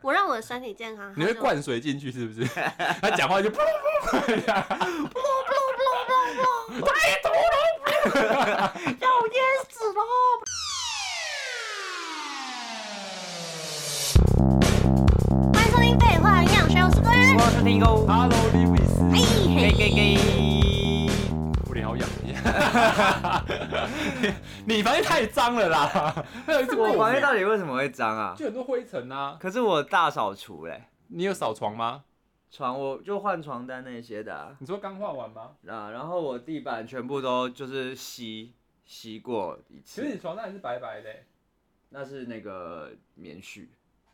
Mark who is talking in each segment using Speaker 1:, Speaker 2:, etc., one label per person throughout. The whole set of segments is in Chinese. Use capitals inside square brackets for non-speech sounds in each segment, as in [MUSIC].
Speaker 1: 我让我的身体健康。
Speaker 2: 你会灌水进去是不是？他讲话就噗噗噗一下，
Speaker 1: 不不不不不，
Speaker 2: 太毒了！
Speaker 1: 要淹死了！欢迎收听《废话营养学》，我是关。
Speaker 3: 我是听狗，
Speaker 2: Hello Lewis，
Speaker 3: 给
Speaker 1: 嘿
Speaker 3: 给给，
Speaker 2: 我脸好痒。你你房间太脏了啦，还有一只
Speaker 3: 我
Speaker 2: 狗
Speaker 3: 房间到底为什么会脏啊？
Speaker 2: 就很多灰尘啊。
Speaker 3: 可是我大扫除嘞，
Speaker 2: 你有扫床吗？
Speaker 3: 床我就换床单那些的啊，
Speaker 2: 你说刚画完吗？
Speaker 3: 啊然后我地板全部都就是吸吸过一
Speaker 2: 其实
Speaker 3: 次，
Speaker 2: 你床单还是白白的、
Speaker 3: 那是那个棉絮。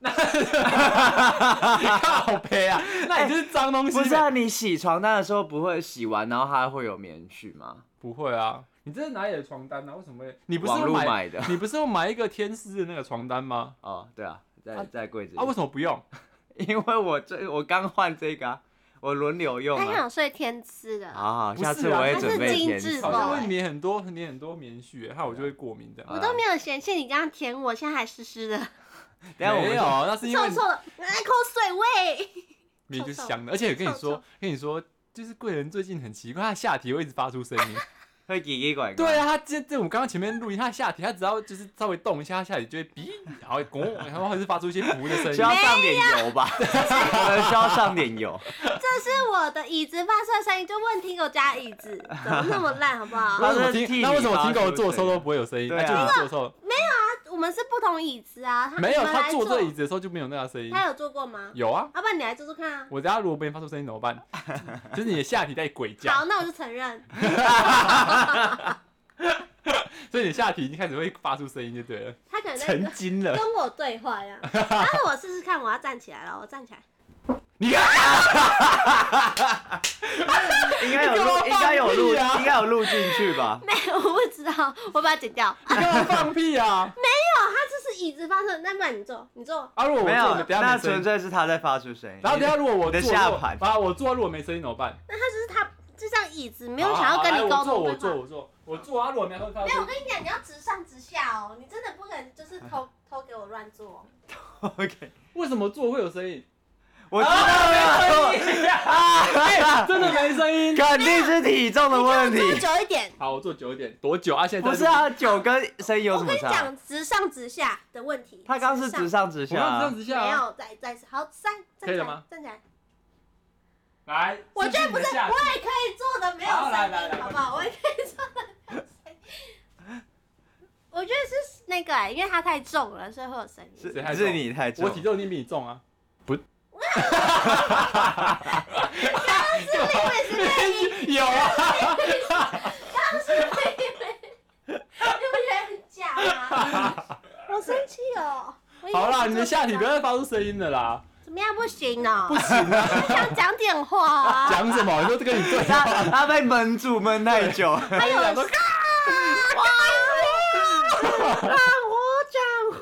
Speaker 2: 好悲啊！那你就是脏东西呗、
Speaker 3: 哎不是啊，你洗床单的时候不会洗完，然后它会有棉絮吗？
Speaker 2: 不会啊，你这是哪里的床单啊？为什么会？你不是
Speaker 3: 网
Speaker 2: 有
Speaker 3: 络
Speaker 2: 买？
Speaker 3: 买的
Speaker 2: 你不是有买一个天丝的那个床单吗？
Speaker 3: 哦，对啊，在在柜子
Speaker 2: 啊，为
Speaker 3: 里，
Speaker 2: 什么不用？
Speaker 3: 因为我这我刚换这个啊，我轮流用
Speaker 1: 他
Speaker 3: 啊。
Speaker 1: 想睡天赐的，
Speaker 3: 好好，
Speaker 2: 不
Speaker 3: 下
Speaker 2: 是
Speaker 3: 次
Speaker 2: 啊
Speaker 3: 我也
Speaker 2: 它
Speaker 3: 准
Speaker 2: 是
Speaker 3: 备
Speaker 1: 哎精
Speaker 3: 填
Speaker 1: 致
Speaker 3: 词
Speaker 2: 好
Speaker 1: 包
Speaker 2: 像
Speaker 1: 欸
Speaker 2: 会粘很多粘很多棉絮、欸，害我就会过敏这样。
Speaker 1: 我都没有嫌弃你刚刚舔我，现在还湿湿的，
Speaker 3: 等一下我
Speaker 2: 没
Speaker 3: 们
Speaker 2: 有，那是因为
Speaker 1: 臭臭的，那口水味。
Speaker 2: 棉就是香的，而且我跟你
Speaker 1: 臭
Speaker 2: 说
Speaker 1: 臭，
Speaker 2: 跟你说，就是贵人最近很奇怪，他的下体会一直发出声音。
Speaker 3: 会叽叽拐拐。
Speaker 2: 对啊，他这这我们刚刚前面录音，他的下体，他只要就是稍微动一下，他下体就会哔，然后拱，然后还是发出一些噗的声
Speaker 3: 需要
Speaker 2: 音。
Speaker 3: 上点油吧？可 [LAUGHS] 能需要上点
Speaker 2: [LAUGHS]
Speaker 3: 油。
Speaker 1: 这是我的椅子发出的声音，就问 Tingo 家椅子怎么那么烂，好不好？
Speaker 2: 那为什么
Speaker 3: 他是替
Speaker 2: 听？
Speaker 3: 你
Speaker 2: 那为什么听狗
Speaker 3: 发出
Speaker 2: 做的时候
Speaker 3: 声
Speaker 2: 都
Speaker 3: 音
Speaker 2: 不会有声音？
Speaker 3: 对
Speaker 2: 那就
Speaker 3: 啊
Speaker 2: 你做的时候
Speaker 1: 我们是不同椅子啊，
Speaker 2: 没有，
Speaker 1: 你们
Speaker 2: 他
Speaker 1: 来
Speaker 2: 坐
Speaker 1: 坐
Speaker 2: 这椅子的时候就没有那个声音。
Speaker 1: 他有坐过吗？
Speaker 2: 有啊，
Speaker 1: 要不然你来做做看啊。
Speaker 2: 我等下如果没发出声音怎么办？就是你的下体在鬼
Speaker 1: 好，
Speaker 2: 叫，
Speaker 1: 那我就承认。
Speaker 2: 所以你的下体已经开始会发出声音就对了，
Speaker 1: 他 [LAUGHS] 可能在
Speaker 2: 成
Speaker 1: 跟
Speaker 2: 精了。
Speaker 1: 我对话呀。但是我试试看，我要站起来了，我站起来。
Speaker 2: 你看，
Speaker 3: 应该有
Speaker 2: 你干嘛放
Speaker 3: 录，应该有录，
Speaker 2: 屁啊
Speaker 3: 应该有录进去吧？
Speaker 1: 没有，我不知道，我把它剪掉。
Speaker 2: 你干嘛放屁啊？
Speaker 1: 他这是椅子发出的，那不然你坐，你坐。
Speaker 2: 啊，如果我
Speaker 3: 没有
Speaker 2: 坐，等，下没
Speaker 3: 那
Speaker 2: 声
Speaker 3: 纯
Speaker 2: 音，
Speaker 3: 粹是他在发出声音。
Speaker 2: 然后等下如果我
Speaker 3: 你的
Speaker 2: 坐
Speaker 3: 下
Speaker 2: 如果
Speaker 3: 盘
Speaker 2: 啊，我坐如果没声音怎么办？
Speaker 1: 那他就是他就像椅子，没
Speaker 2: 没
Speaker 1: 有想要跟你沟通
Speaker 2: 我
Speaker 1: 对
Speaker 2: 坐，
Speaker 1: 话。
Speaker 2: 我坐，我坐，我坐啊！如果没有发
Speaker 1: 没有，我
Speaker 2: 出，
Speaker 1: 跟你讲，你要直上直下哦，你真的不能就是
Speaker 2: [LAUGHS]
Speaker 1: 偷偷给我乱坐。
Speaker 3: [LAUGHS] OK，
Speaker 2: 为什么坐会有声音？
Speaker 3: 我知道了，
Speaker 2: 啊，真的没
Speaker 1: [LAUGHS]
Speaker 2: 声音。
Speaker 3: [LAUGHS] 肯定是体重的问
Speaker 1: 你
Speaker 3: 题。
Speaker 1: 坐久一点。
Speaker 2: 好，我坐久一点，多久啊？现在
Speaker 3: 不是啊，九跟声音有
Speaker 1: 我
Speaker 3: 什
Speaker 1: 跟
Speaker 3: 么
Speaker 1: 你
Speaker 3: 差？
Speaker 1: 讲，直上直下的问题。
Speaker 3: 他刚是直上直
Speaker 2: 在录，
Speaker 3: 下
Speaker 2: 我刚刚
Speaker 3: 啊
Speaker 2: 直，下
Speaker 1: 没
Speaker 2: 啊，
Speaker 1: 有，再再好站站
Speaker 2: 可以
Speaker 1: 起
Speaker 2: 了
Speaker 1: 来
Speaker 2: 吗，
Speaker 1: 站起来。
Speaker 2: 来，
Speaker 1: 我觉得不是，
Speaker 2: 试试你的下
Speaker 1: 我也可以做的没有
Speaker 2: 好来来
Speaker 1: 声
Speaker 2: 来
Speaker 1: 音，好不好？我也可以做的没有声音。 [LAUGHS] 我觉得是那个、欸，因为它太重了，所以会有声音。
Speaker 3: 是
Speaker 2: 谁太重
Speaker 3: 是你太重
Speaker 2: 我。体重一定比你重啊！不， [LAUGHS] 有啊，
Speaker 1: 你不觉得很假吗？ [LAUGHS] 我生气哦。我以为
Speaker 2: 好啦，
Speaker 1: 是
Speaker 2: 你的下体
Speaker 1: 做
Speaker 2: 不
Speaker 1: 这个
Speaker 2: 要再发出声音了啦！
Speaker 1: 怎么样不行哦、不行啊！想讲点话啊。
Speaker 2: [LAUGHS] 讲什么？你说这个你
Speaker 1: [LAUGHS]
Speaker 2: 对
Speaker 3: 他
Speaker 2: 话，
Speaker 3: 他被门主闷太久，
Speaker 1: 还有
Speaker 2: 讲说
Speaker 1: 啊！哇！让我讲话。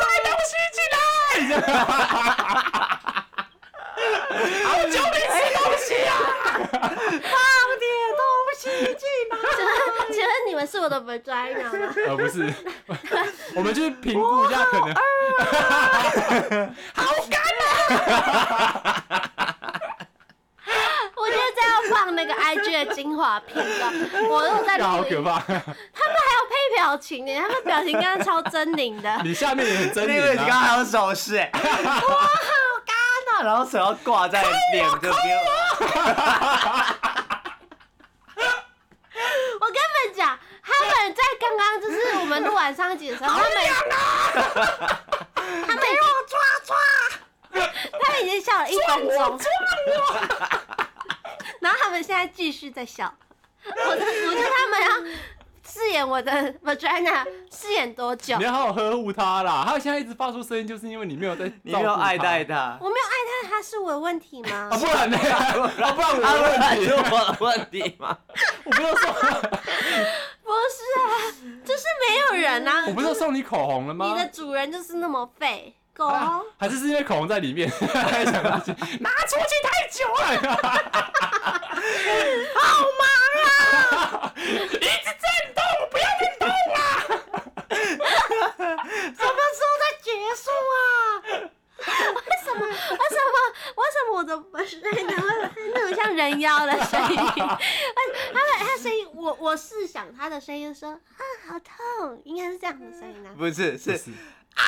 Speaker 2: 塞东西进来！好久没吃东西啊！
Speaker 1: 放点东西进
Speaker 2: [LAUGHS]
Speaker 1: 来。请问你们是我的 vagina 吗？
Speaker 2: [LAUGHS] 呃，不是， [LAUGHS] 我们去评估一下，可能
Speaker 1: 我觉得这样放那个 IG 的精华片段，我又在
Speaker 2: 这好
Speaker 1: 录
Speaker 2: 可
Speaker 1: 音，
Speaker 2: 怕。 [LAUGHS]
Speaker 1: 他们还有配表情欸呢，他们表情刚刚超狰狞
Speaker 2: [LAUGHS]
Speaker 1: 的。
Speaker 2: 你下面也很狰
Speaker 3: 因为你
Speaker 2: 狞
Speaker 3: 刚
Speaker 2: 啊！
Speaker 3: 刚还有手势
Speaker 2: [LAUGHS]
Speaker 3: 哎，那哦然后手要挂在脸这边，
Speaker 1: 我跟你们讲，他们在刚刚就是我们录完上一集的
Speaker 2: [LAUGHS]
Speaker 1: 时候，他
Speaker 2: 哎
Speaker 1: 们他们给我抓抓，他们已经笑了一分钟，然后他们现在继续在笑，我的我觉得他们要饰演我的 vagina 饰演多久
Speaker 2: 你？要好好呵护它啦！它现在一直发出声音，就是因为你没有在
Speaker 3: 你没有
Speaker 2: 照顾它
Speaker 3: 爱戴他。
Speaker 1: 我没有爱他，他是我的问题吗
Speaker 2: 啊，？不然 [LAUGHS] 呢？啊，不然我
Speaker 3: 他
Speaker 2: 的
Speaker 3: 们
Speaker 2: 问
Speaker 3: 还
Speaker 2: 题
Speaker 3: 是我的问题吗？
Speaker 2: 我不是说，
Speaker 1: 不是啊，就是没有人啊。
Speaker 2: 我不是说送你口红了吗？
Speaker 1: 你的主人就是那么废狗、
Speaker 2: 啊还是是因为口红在里面，还想拿出去 [LAUGHS] 拿出去太久 [LAUGHS] 了，好忙啊！一直震动，我不要运动啦！
Speaker 1: 什么时候才结束啊？为什么我的 vagina 会有那种像人妖的声音？而且他的他声音，我我试想他的声音说啊好痛，应该是这样的声音啊。
Speaker 3: 不是
Speaker 2: 不
Speaker 3: 是
Speaker 2: 是啊！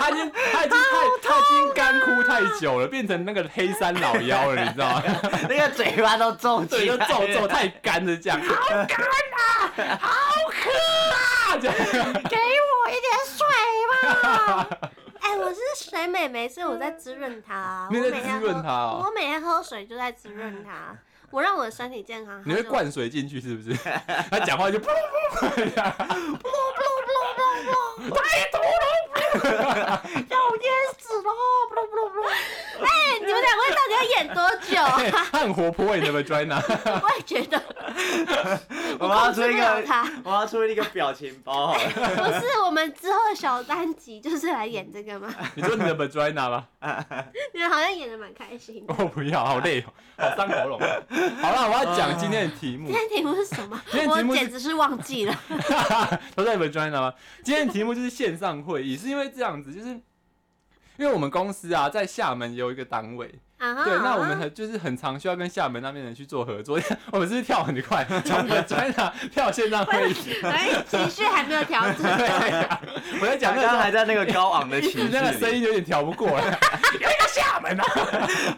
Speaker 2: 他已经他已经太他已经干枯太久了，变成那个黑山老妖了，你知道吗？
Speaker 3: 那个嘴巴都皱
Speaker 2: [LAUGHS] 对，
Speaker 3: 起
Speaker 2: 就
Speaker 3: 来，
Speaker 2: 皱皱太干了，这样好干啊，好渴啊，这样
Speaker 1: 给我一点水吧！哎、我是水美眉，所以我在滋润它。
Speaker 2: 你
Speaker 1: 我
Speaker 2: 在
Speaker 1: 每天
Speaker 2: 滋润它哦
Speaker 1: 喝我每天喝水就在滋润
Speaker 2: [LAUGHS]
Speaker 1: 它，我让我的身体健康。
Speaker 2: [LAUGHS] 你会
Speaker 1: 它就
Speaker 2: 灌水 [LAUGHS] 进去是不是？他讲话就噗噗噗这样，
Speaker 1: 要淹死喽！不噜不噜不噜！哎、你们两位到底要演多久啊？ [LAUGHS]
Speaker 2: 嘿他很活泼哎，你们 Joanna，
Speaker 1: 我也觉得
Speaker 3: [LAUGHS] 我们要
Speaker 1: 控
Speaker 3: 出
Speaker 1: 制
Speaker 3: 一
Speaker 1: 不了
Speaker 3: 个
Speaker 1: 它。
Speaker 3: 我要出一个表情包好了，
Speaker 1: 不是，我们之后的小单集就是来演这个吗？
Speaker 2: [LAUGHS]
Speaker 1: [LAUGHS]
Speaker 2: 你说你的 Joanna 吗？
Speaker 1: 你们好像演的蛮开心的。
Speaker 2: 我不要，好累哦，好伤喉咙哦。好了，我要讲今天的题目
Speaker 1: 今。天题目是什么？
Speaker 2: 今天题目
Speaker 1: 我
Speaker 2: 是
Speaker 1: 简直是忘记了。
Speaker 2: 都在 Virginia 吗？今天的题目就是线上会议，是因为这样子，就是因为我们公司啊在厦门有一个单位，
Speaker 1: 啊哈
Speaker 2: 对，那我们很就是很常需要跟厦门那边的人去做合作。 [LAUGHS] 我们是不是跳很快，从 Virginia 跳线上会议。
Speaker 1: 哎，情绪还没有调整。
Speaker 2: 对啊，我在 [LAUGHS] 讲那个
Speaker 3: 刚刚
Speaker 2: 时候
Speaker 3: 还在那个高昂的情绪
Speaker 2: [LAUGHS] 你
Speaker 3: 里，
Speaker 2: 那个声音有点调不过哎来，有一个厦门啊，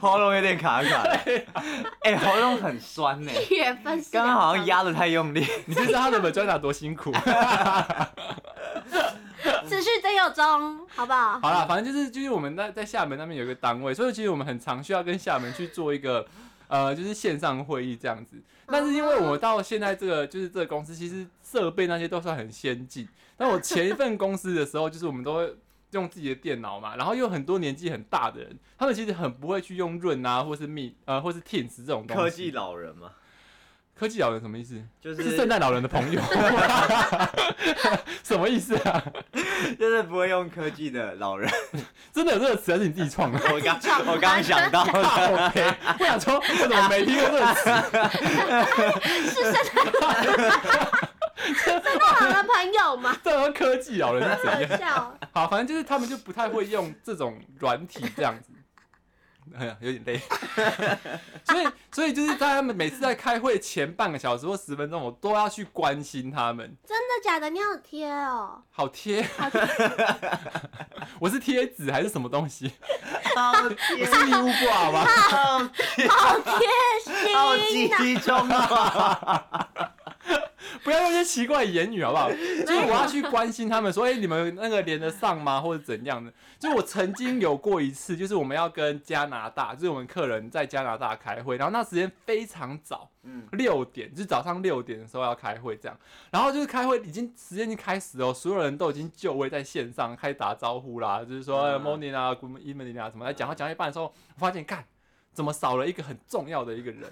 Speaker 3: 喉咙有点卡卡的， [LAUGHS] 哎，喉咙很酸呢，
Speaker 1: 一元分四
Speaker 3: 刚刚好像
Speaker 1: 两
Speaker 3: 压的太用
Speaker 2: [LAUGHS]
Speaker 3: 力，
Speaker 2: 你就知道他的 Virginia 多辛苦。啊
Speaker 1: 张持续真有中，好不好？
Speaker 2: 好啦，反正就是就是我们在在厦门那边有一个单位，所以其实我们很常需要跟厦门去做一个呃，就是线上会议这样子。但是因为我到现在这个就是这个公司，其实设备那些都算很先进。但我前一份公司的时候，就是我们都会用自己的电脑嘛，然后又有很多年纪很大的人，他们其实很不会去用润啊，或是密呃，或是 Teams 这种东西。
Speaker 3: 科技老人嘛，
Speaker 2: 科技老人什么意思？
Speaker 3: 就是
Speaker 2: 圣诞老人的
Speaker 3: [LAUGHS]
Speaker 2: 朋友， [LAUGHS] 什么意思啊？
Speaker 3: 就是不会用科技的老
Speaker 2: [LAUGHS]
Speaker 3: 人，
Speaker 2: 真的有这个词还是你自己创的？ [LAUGHS]
Speaker 3: 我刚我刚想到的，
Speaker 2: OK，我想说，我怎么没听过这个词？
Speaker 1: 是圣诞老人的朋友
Speaker 2: [LAUGHS]
Speaker 1: 吗？
Speaker 2: 这种科技啊老人是怎
Speaker 1: 好 [LAUGHS]
Speaker 2: 样？
Speaker 1: 笑，
Speaker 2: 好，反正就是他们就不太会用这种软体这样子。哎 [LAUGHS] 呀，有点累， [LAUGHS] 所以所以就是在他们每次在开会前半个小时或十分钟，我都要去关心他们。
Speaker 1: 真的假的？你好贴
Speaker 3: [LAUGHS]
Speaker 1: 哦，
Speaker 2: 好贴，
Speaker 1: 好贴，
Speaker 2: [LAUGHS] 我是贴纸还是什么东西？
Speaker 3: 好
Speaker 2: 我
Speaker 3: 贴
Speaker 2: 是义务布好吧？
Speaker 3: 好
Speaker 1: 好贴
Speaker 3: 好
Speaker 1: 心啊呐！
Speaker 3: 集中啊！
Speaker 2: 不要用一些奇怪的言语好不
Speaker 3: [LAUGHS]
Speaker 2: 好？就是我要去关心他们说，哎、你们那个连得上吗，或者怎样的？就是我曾经有过一次，就是我们要跟加拿大，就是我们客人在加拿大开会，然后那时间非常早，
Speaker 3: 嗯，
Speaker 2: 六点，就是早上六点的时候要开会这样，然后就是开会已经时间已经开始哦，所有人都已经就位在线上开始打招呼啦，就是说、
Speaker 3: 嗯
Speaker 2: morning 啊，good evening 啊什么，在讲话讲到一半的时候，我发现干怎么少了一个很重要的一个
Speaker 3: [LAUGHS]
Speaker 2: 人，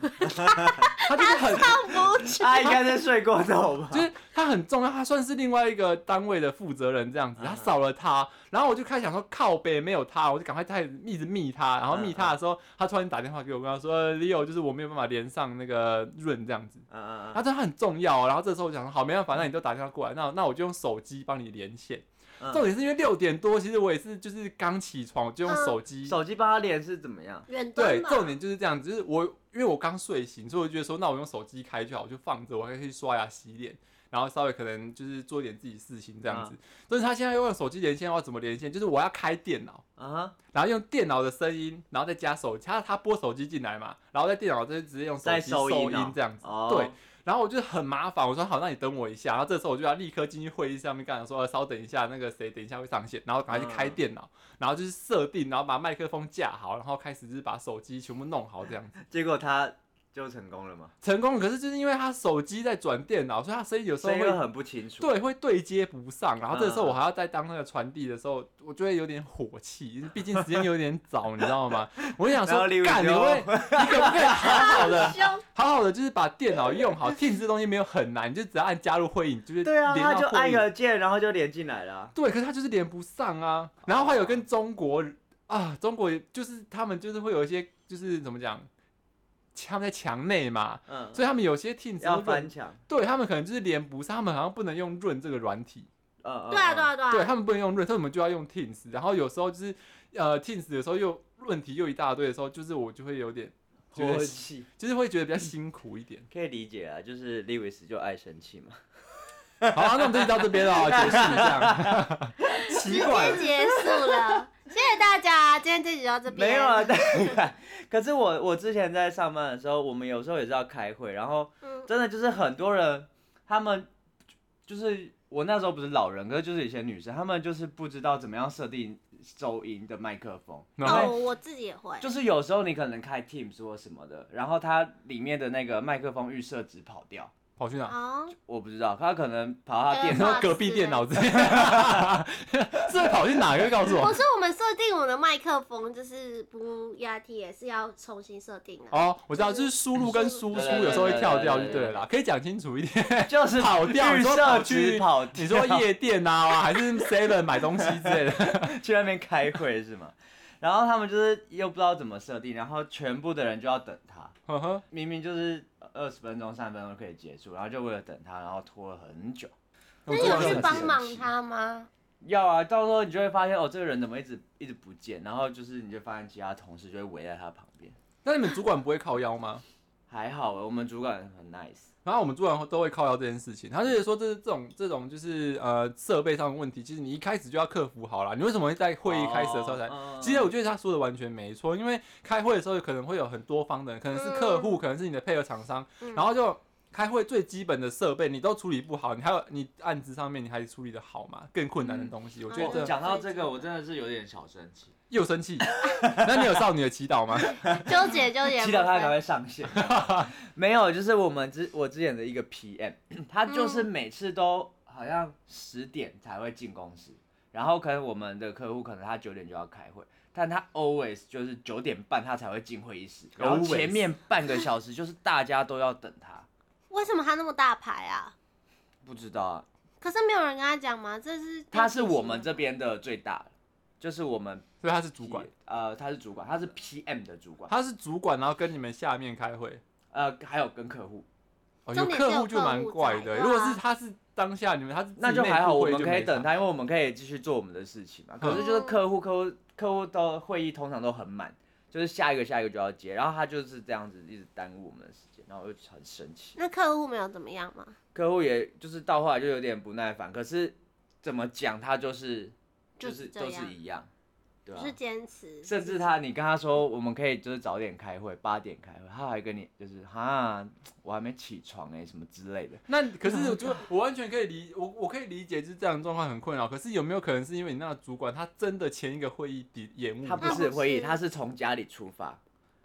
Speaker 2: 他就是很
Speaker 1: 不止
Speaker 3: 他应该是睡过头吧？
Speaker 2: 就是他很重要，他算是另外一个单位的负责人这样子，
Speaker 3: 嗯
Speaker 2: 他少了他，然后我就开始想说靠北没有他，我就赶快开始一直密他，然后密他的时候，他突然打电话给我，跟他说呃 Leo 就是我没有办法连上那个润这样子，
Speaker 3: 嗯嗯
Speaker 2: 他说他很重要哦，然后这时候我想说好没办法，那你都打电话过来，那那我就用手机帮你连线，
Speaker 3: 嗯
Speaker 2: 重点是因为六点多，其实我也是就是刚起床，我就用手机
Speaker 3: 嗯，手机帮他连是怎么样？
Speaker 1: 远
Speaker 2: 对，
Speaker 1: 端吧
Speaker 2: 重点就是这样子，就是我因为我刚睡醒，所以我就觉得说，那我用手机开就好，我就放着，我还可以刷牙、洗脸，然后稍微可能就是做点自己事情这样
Speaker 3: 嗯
Speaker 2: 子。但是他现在又用手机连线，要怎么连线？就是我要开电脑，
Speaker 3: 啊，
Speaker 2: 然后用电脑的声音，然后再加手机，他他拨手机进来嘛，然后在电脑这就直接用手
Speaker 3: 再
Speaker 2: 机
Speaker 3: 收
Speaker 2: 收
Speaker 3: 音哦
Speaker 2: 音这样子。
Speaker 3: 哦，
Speaker 2: 对，然后我就很麻烦，我说好，那你等我一下。然后这时候我就要立刻进去会议上面，跟他说呃稍等一下，那个谁等一下会上线，然后赶快去开
Speaker 3: 嗯
Speaker 2: 电脑，然后就是设定，然后把麦克风架好，然后开始就是把手机全部弄好这
Speaker 3: [LAUGHS]
Speaker 2: 样子。
Speaker 3: 结果他就成功了嘛，
Speaker 2: 成功了，可是就是因为他手机在转电脑，所以他声音有时候
Speaker 3: 声音会
Speaker 2: 会
Speaker 3: 很不清楚。，
Speaker 2: 对会对接不上，然后这时候
Speaker 3: 嗯
Speaker 2: 我还要再当那个传递的时候，我就会有点火气，毕竟时间有点早，你知道吗？我就想
Speaker 3: [LAUGHS] 然
Speaker 2: 说
Speaker 3: 后李，伟
Speaker 2: 干你
Speaker 3: 就
Speaker 2: 会，你可不可以好好的
Speaker 1: 好凶，
Speaker 2: 好好的就是把电脑用
Speaker 3: [LAUGHS]
Speaker 2: 好 Teams 这东西没有很难，你就只要按加入会议，你就是
Speaker 3: 对啊，
Speaker 2: 连
Speaker 3: 他就
Speaker 2: 到会
Speaker 3: 按
Speaker 2: 议。
Speaker 3: 个键，然后就连进来了啊。
Speaker 2: 对，可是他就是连不上啊。然后还有跟中国啊，中国就是他们就是会有一些就是怎么讲，他们在墙内嘛，
Speaker 3: 嗯，
Speaker 2: 所以他们有些 Teams
Speaker 3: 要
Speaker 2: 会
Speaker 3: 翻墙。
Speaker 2: 对他们可能就是连不上，他们好像不能用润这个软体，
Speaker 3: 嗯，嗯
Speaker 1: 对啊对。啊对啊
Speaker 2: 对，他们不能用润，所以我们就要用 Teams。然后有时候就是呃 Teams 的时候又问题又一大堆的时候，就是我就会有点觉
Speaker 3: 火
Speaker 2: 得
Speaker 3: 气
Speaker 2: 就是会觉得比较辛苦一点。
Speaker 4: 可以理解啊，就是 Lewis 就爱生气嘛。
Speaker 2: [LAUGHS] 好、啊，那我们这集到这边了， [LAUGHS] 解释一下。 [LAUGHS]
Speaker 3: 奇
Speaker 1: 直
Speaker 3: 怪
Speaker 1: 接，结束了，谢谢大家，今天这集就到这边。
Speaker 4: 没有啊，但
Speaker 3: 可是我我之前在上班的时候，我们有时候也是要开会，然后
Speaker 1: 嗯，
Speaker 3: 真的就是很多人，他们就是我那时候不是老人，可是就是有些女生，她们就是不知道怎么样设定收音的麦克风，
Speaker 2: 然后
Speaker 1: 哦，我自己也会，
Speaker 3: 就是有时候你可能开 Teams 或什么的，然后它里面的那个麦克风预设值跑掉，
Speaker 2: 跑去哪？
Speaker 1: 哦，
Speaker 3: 我不知道，它可能跑到
Speaker 2: [LAUGHS]
Speaker 3: 电
Speaker 2: 然
Speaker 3: [LAUGHS] 脑
Speaker 1: 呃
Speaker 2: 后隔壁电脑之类， [LAUGHS] 是跑去哪个告诉
Speaker 1: 我
Speaker 2: 我？
Speaker 1: 说我们设定我们的麦克风就是不压低，也是要重新设定啊。
Speaker 2: 哦，我知道，就是输入跟输出有时候会跳掉就对了啦，可以讲清楚一点。 [LAUGHS]
Speaker 3: 就是
Speaker 2: 跑掉
Speaker 3: 预
Speaker 2: 你说
Speaker 3: 设
Speaker 2: 跑
Speaker 3: 值
Speaker 2: 去
Speaker 3: 跑掉，
Speaker 2: 你说夜店 [LAUGHS] 啊，还是 Seven 买东西之类 [LAUGHS] 的？
Speaker 3: 去那边开会是吗？ [LAUGHS] 然后他们就是又不知道怎么设定，然后全部的人就要等他，
Speaker 2: 呵呵
Speaker 3: 明明就是二十分钟、三十分钟可以结束，然后就为了等他，然后拖了很久。
Speaker 1: 那
Speaker 2: 我
Speaker 1: 你
Speaker 2: 真的
Speaker 1: 有
Speaker 2: 很
Speaker 1: 去
Speaker 2: 生
Speaker 1: 帮
Speaker 2: 气
Speaker 1: 忙他
Speaker 3: [LAUGHS]
Speaker 1: 吗？
Speaker 3: 要啊，到时候你就会发现哦，这个人怎么一直一直不见，然后就是你就发现其他同事就会围在他旁边。
Speaker 2: 那你们主管不会靠腰吗？
Speaker 3: 还好我们主管很 nice，
Speaker 2: 然后我们主管都会靠腰这件事情，他就是说这是这种这种就是呃设备上的问题，其实你一开始就要克服好了。你为什么会在会议开始的时候才
Speaker 1: 嗯
Speaker 3: 哦
Speaker 2: 其实我觉得他说的完全没错，因为开会的时候可能会有很多方的人，可能是客户，可能是你的配合厂商，
Speaker 1: 嗯
Speaker 2: 然后就开会最基本的设备你都处理不好，你还有你案子上面你还处理的好吗？更困难的东西，我觉
Speaker 1: 哦
Speaker 2: 得这
Speaker 3: 讲到这个，我真的是有点小生气，
Speaker 2: 又生气。 [LAUGHS] 那你有少女的
Speaker 1: [LAUGHS]
Speaker 2: 祈祷吗？
Speaker 1: 纠结纠结不分，
Speaker 3: 期待他赶快上 [LAUGHS] 线。没有，就是我们之我之前的一个 PM，他 [CLEARS THROAT] 就是每次都好像十点才会进公司，然后可能我们的客户可能他九点就要开会，但他 always 就是九点半他才会进会议室，然后
Speaker 2: Always
Speaker 3: 前面半个小时 [LAUGHS] 就是大家都要等他，
Speaker 1: 为什么他那么大牌啊？
Speaker 3: 不知道啊，
Speaker 1: 可是没有人跟他讲吗？这是
Speaker 3: 他是我们这边的最大的，就是我们
Speaker 2: 所以他是主管，
Speaker 3: 呃他是主管，他是 PM 的主管，
Speaker 2: 他是主管，然后跟你们下面开会。
Speaker 3: 呃还有跟客户。
Speaker 2: 哦，有
Speaker 1: 重点是有
Speaker 2: 客户就蛮怪
Speaker 1: 客户
Speaker 2: 的。
Speaker 1: 在啊
Speaker 2: 如果是
Speaker 1: 哇
Speaker 2: 他是当下你们他是
Speaker 3: 那
Speaker 2: 自
Speaker 3: 就
Speaker 2: 己内
Speaker 3: 还好，
Speaker 2: 部
Speaker 3: 我
Speaker 2: 会
Speaker 3: 们
Speaker 2: 就
Speaker 3: 可以
Speaker 2: 没差
Speaker 3: 等他，因为我们可以继续做我们的事情嘛。可是
Speaker 1: 哦
Speaker 3: 就是客户、客户、客户都会议通常都很满，就是下一个、下一个就要接，然后他就是这样子一直耽误我们的时间，然后我就很生气。
Speaker 1: 那客户没有怎么样吗？
Speaker 3: 客户也就是到后来就有点不耐烦，可是怎么讲他就是
Speaker 1: 就
Speaker 3: 就是是
Speaker 1: 这样
Speaker 3: 都是一样，对
Speaker 2: 啊
Speaker 3: 吧、
Speaker 1: 就是坚持，
Speaker 3: 甚至他，你跟他说我们可以就是早点开会，八点开会，他还跟你就是哈，我还没起床哎、什么之类的。
Speaker 2: 那 [LAUGHS] 可是我就我完全可以理我我可以理解，就是这样的状况很困扰。可是有没有可能是因为你那个主管他真的前一个会议抵延误了？
Speaker 3: 他不
Speaker 1: 那
Speaker 3: 是
Speaker 1: 嗯不
Speaker 3: 会议，
Speaker 1: 是
Speaker 3: 他是从家里出发，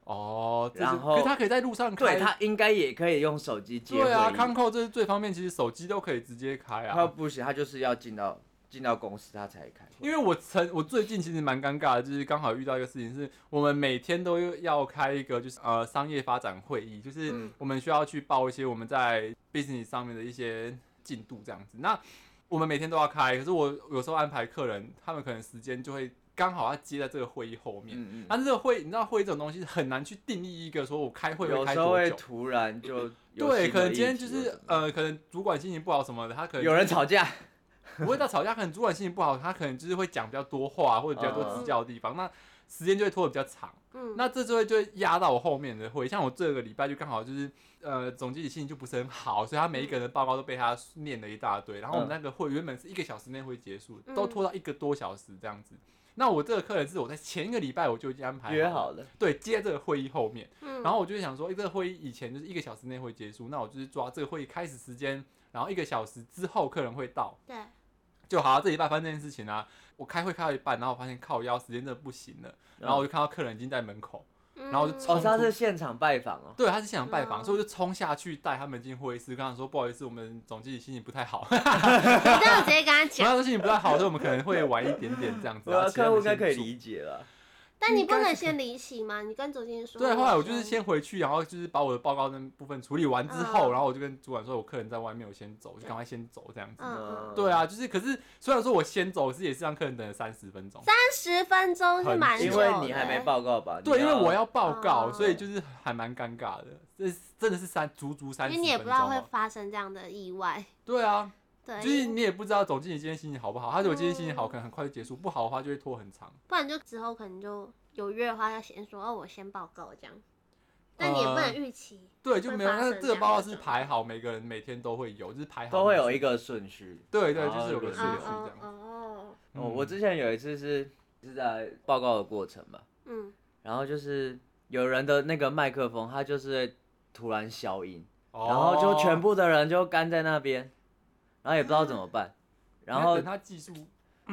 Speaker 2: 哦，这是
Speaker 3: 然后
Speaker 2: 可是他可以在路上开，
Speaker 3: 对他应该也可以用手机接
Speaker 2: 对啊，
Speaker 3: 回应
Speaker 2: 康扣这是最方便，其实手机都可以直接开
Speaker 3: 他
Speaker 2: 啊。
Speaker 3: 不行，他就是要进到进到公司他才开。
Speaker 2: 因为我曾我最近其实蛮尴尬的，就是刚好遇到一个事情，是我们每天都要开一个就是呃商业发展会议，就是
Speaker 1: 嗯
Speaker 2: 我们需要去报一些我们在 business 上面的一些进度这样子。那我们每天都要开，可是我有时候安排客人，他们可能时间就会刚好要接在这个会议后面。
Speaker 3: 嗯
Speaker 2: 但是这个会，你知道会议这种东西很难去定义一个说我开会会
Speaker 3: 有
Speaker 2: 开
Speaker 3: 时候
Speaker 2: 多
Speaker 3: 会
Speaker 2: 久。
Speaker 3: 突
Speaker 2: [LAUGHS]
Speaker 3: 然就有
Speaker 2: 对，
Speaker 3: 新
Speaker 2: 可
Speaker 3: 的
Speaker 2: 能今
Speaker 3: 议
Speaker 2: 天就
Speaker 3: 题或
Speaker 2: 是
Speaker 3: 什么
Speaker 2: 呃，可能主管心情不好什么的，他可能
Speaker 3: 有人吵架，
Speaker 2: 不会到吵架，可能主管心情不好，他可能就是会讲比较多话或者比较多指教的地方，那时间就会拖得比较长。
Speaker 1: 嗯，
Speaker 2: 那这就会就会压到我后面的会，像我这个礼拜就刚好就是呃，总经理心情就不是很好，所以他每一个人的报告都被他念了一大堆。然后我们那个会原本是一个小时内会结束，
Speaker 1: 嗯
Speaker 2: 都拖到一个多小时这样子。那我这个客人是我在前一个礼拜我就已经安排
Speaker 3: 约
Speaker 2: 好了，
Speaker 3: 好了，
Speaker 2: 对，接这个会议后面。
Speaker 1: 嗯
Speaker 2: 然后我就想说，诶这个会议以前就是一个小时内会结束，那我就是抓这个会议开始时间，然后一个小时之后客人会到，
Speaker 1: 对，
Speaker 2: 就好、啊。这礼拜发生这件事情啊，我开会开到一半，然后我发现靠腰时间真的不行了，然
Speaker 3: 嗯
Speaker 2: 后我就看到客人已经在门口，
Speaker 1: 然
Speaker 2: 后我就
Speaker 3: 哦，
Speaker 2: 冲
Speaker 3: 他是现场拜访哦，
Speaker 2: 对，他是现场拜
Speaker 1: 哦
Speaker 2: 访，所以我就冲下去带他们进会议室，跟他说不好意思，我们总经理心情不
Speaker 1: [LAUGHS]
Speaker 2: 太好，
Speaker 1: 你这样直接跟他
Speaker 2: 然 [LAUGHS]
Speaker 1: 讲，
Speaker 2: 后他说心情不太好，所以我们可能会晚一点点这样
Speaker 3: [LAUGHS]
Speaker 2: 子。
Speaker 3: 我
Speaker 2: 然后
Speaker 3: 的
Speaker 2: 请啊他
Speaker 3: 啊客户
Speaker 2: 们
Speaker 3: 应该可以
Speaker 2: 先住
Speaker 3: 理解了。
Speaker 1: 但你不能先离席吗？你跟总经理说。
Speaker 2: 对，后来我
Speaker 1: 嗯
Speaker 2: 就是先回去，然后就是把我的报告那部分处理完之后，
Speaker 1: 嗯
Speaker 2: 然后我就跟主管说，我客人在外面，我先走，我就赶快先走这样子。
Speaker 1: 嗯
Speaker 2: 对啊，就是可是虽然说我先走，是也是让客人等了三十分钟。
Speaker 1: 三十分钟是蛮久
Speaker 3: 因
Speaker 1: 的，
Speaker 3: 为你还没报告吧？
Speaker 2: 对，
Speaker 3: 你
Speaker 2: 因为我要报告，
Speaker 1: 哦
Speaker 2: 所以就是还蛮尴尬的。这真的是三足足三
Speaker 1: 因
Speaker 2: 十
Speaker 1: 为你也
Speaker 2: 分
Speaker 1: 不
Speaker 2: 钟
Speaker 1: 知道会
Speaker 2: 哦。
Speaker 1: 发生这样的意外。
Speaker 2: 对啊，
Speaker 1: 对，
Speaker 2: 就是你也不知道总经理今天心情好不好，他
Speaker 1: 嗯
Speaker 2: 如果今天心情好，可能很快就结束；不好的话就会拖很长。
Speaker 1: 不然就之后可能就有约的话，要先说哦，我先报告这样，但你也不能
Speaker 2: 呃
Speaker 1: 预期。
Speaker 2: 对，就没有。
Speaker 1: 会发
Speaker 2: 但
Speaker 1: 生
Speaker 2: 是这个报告
Speaker 1: 这
Speaker 2: 是
Speaker 1: 样的
Speaker 2: 排好，每个人每天都会有，就是排好
Speaker 3: 都会有一
Speaker 2: 个。
Speaker 3: 个顺序。
Speaker 2: 对对，
Speaker 4: 哦
Speaker 2: 就是有个
Speaker 4: 有
Speaker 2: 顺
Speaker 1: 哦
Speaker 2: 序这
Speaker 1: 哦
Speaker 2: 样。
Speaker 1: 哦，
Speaker 2: 嗯
Speaker 3: 哦，
Speaker 2: 我
Speaker 3: 我之前有一次是是在报告的过程嘛，
Speaker 1: 嗯，
Speaker 3: 然后就是有人的那个麦克风，它就是会突然消音，
Speaker 2: 哦
Speaker 3: 然后就全
Speaker 2: 部，
Speaker 3: 部的人就干在那边，然后也不知道怎么办，然
Speaker 2: 你要
Speaker 3: 后
Speaker 2: 等嗯他技术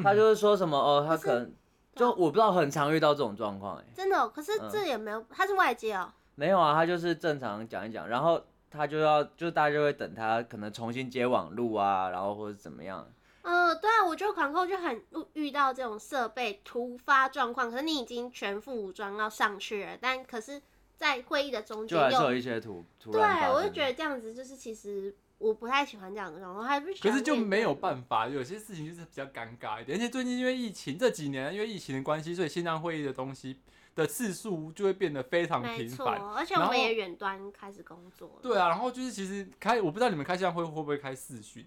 Speaker 3: 他就是说什么哦，他
Speaker 1: 可是啊
Speaker 3: 可能就我不知道很常遇到这种状况哎，
Speaker 1: 真的哦、可是
Speaker 3: 嗯
Speaker 1: 这也没有，他是外接哦。
Speaker 3: 没有啊，他就是正常讲一讲，然后他就要就大家就会等他可能重新接网路啊，然后或者怎么样，
Speaker 1: 嗯，对啊，我觉得款控就很遇到这种设备突发状况，可是你已经全副武装要上去了，但可是，在会议的中间
Speaker 3: 就还是有
Speaker 1: 又
Speaker 3: 一些突突
Speaker 1: 对
Speaker 3: 然发生。
Speaker 1: 我就觉得这样子就是其实我不太喜欢这样的状况，还不喜
Speaker 2: 可
Speaker 1: 欢
Speaker 2: 是就
Speaker 1: 面
Speaker 2: 没有
Speaker 1: 对
Speaker 2: 办法，有些事情就是比较尴尬一点，而且最近因为疫情这几年，因为疫情的关系，所以线上会议的东西的次数就会变得非常
Speaker 1: 没
Speaker 2: 频
Speaker 1: 错，
Speaker 2: 繁。
Speaker 1: 而且
Speaker 2: 然
Speaker 1: 我
Speaker 2: 后
Speaker 1: 们也远端开始工作了。
Speaker 2: 对啊，然后就是其实开，我不知道你们开线上会会不会开视讯，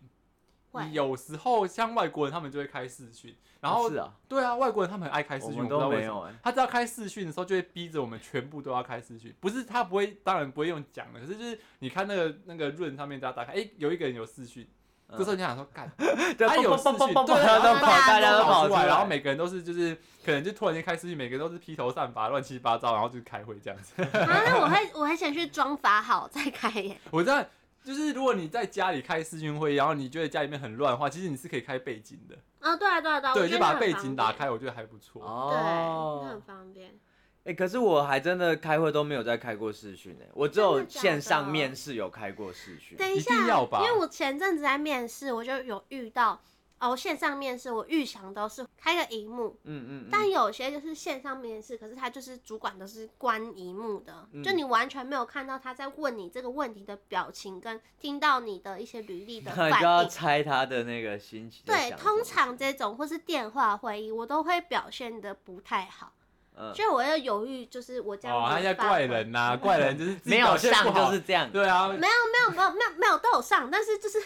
Speaker 1: 会
Speaker 2: 有时候像外国人他们就会开视讯，然后
Speaker 3: 是啊，
Speaker 2: 对啊，外国人他们很爱开视
Speaker 3: 我
Speaker 2: 讯，
Speaker 3: 们
Speaker 2: 不知道
Speaker 3: 都
Speaker 2: 为
Speaker 3: 没
Speaker 2: 什么。
Speaker 3: 有哎、
Speaker 2: 他只要开视讯的时候，就会逼着我们全部都要开视讯。不是他不会，当然不会用讲的，可是就是你看那个那个润上面，大家打开，哎、有一个人有视讯，
Speaker 3: 嗯
Speaker 2: 这时候你就想说，
Speaker 3: [LAUGHS]
Speaker 2: 干，
Speaker 3: 对，
Speaker 2: 他有
Speaker 3: 蹦蹦
Speaker 2: 视讯
Speaker 3: 蹦蹦
Speaker 2: 对啊
Speaker 3: 蹦
Speaker 2: 然后
Speaker 3: 都
Speaker 1: 大
Speaker 3: 跑，
Speaker 1: 家
Speaker 3: 大家
Speaker 1: 都
Speaker 3: 都
Speaker 2: 跑
Speaker 3: 跑
Speaker 2: 出
Speaker 3: 出
Speaker 2: 来，
Speaker 3: 来，
Speaker 2: 然后每个人都是就是可能就突然间开视讯，每个人都是披头散发、乱七八糟，然后就开会这样子。
Speaker 1: 啊，那我会我会先去装法好再开耶。
Speaker 2: [LAUGHS] 我这样就是如果你在家里开视讯会议，然后你觉得家里面很乱的话，其实你是可以开背景的，
Speaker 1: 啊，对啊对啊对啊，我
Speaker 2: 对，
Speaker 1: 觉得那
Speaker 2: 就把
Speaker 1: 很
Speaker 2: 背
Speaker 1: 方
Speaker 2: 景打
Speaker 1: 便，
Speaker 2: 开，我觉得还不错。
Speaker 1: 对，那
Speaker 3: 哦
Speaker 1: 很，方便。
Speaker 3: 哎、可是我还真的开会都没有再开过视讯哎、我只有
Speaker 1: 真的假的
Speaker 3: 线上面试有开过视讯。
Speaker 1: 等
Speaker 2: 一
Speaker 1: 下，
Speaker 2: 定要吧
Speaker 1: 因为我前阵子在面试，我就有遇到哦，线上面试我预想都是开个荧幕，
Speaker 3: 嗯嗯嗯，
Speaker 1: 但有些就是线上面试，可是他就是主管都是关荧幕的，
Speaker 3: 嗯
Speaker 1: 就你完全没有看到他在问你这个问题的表情，跟听到你的一些履
Speaker 2: [LAUGHS]
Speaker 1: 历的
Speaker 3: 那
Speaker 1: 反
Speaker 3: 你就要
Speaker 1: 应。
Speaker 3: 猜他的那个心情在
Speaker 1: 对，
Speaker 3: 想什么。
Speaker 1: 通常这种或是电话会议，我都会表现的不太好，
Speaker 3: 嗯，
Speaker 1: 所以我要犹豫，就是我这样
Speaker 2: 哦，
Speaker 1: 子
Speaker 2: 他在
Speaker 1: 发
Speaker 2: 怪
Speaker 1: 挥嗯
Speaker 2: 人呐、怪人就是自己
Speaker 3: 没有
Speaker 2: 表现不
Speaker 3: 上
Speaker 2: 好
Speaker 3: 就是这样。
Speaker 2: 对啊，
Speaker 1: 没有没有没有没有没有都有上，但是就是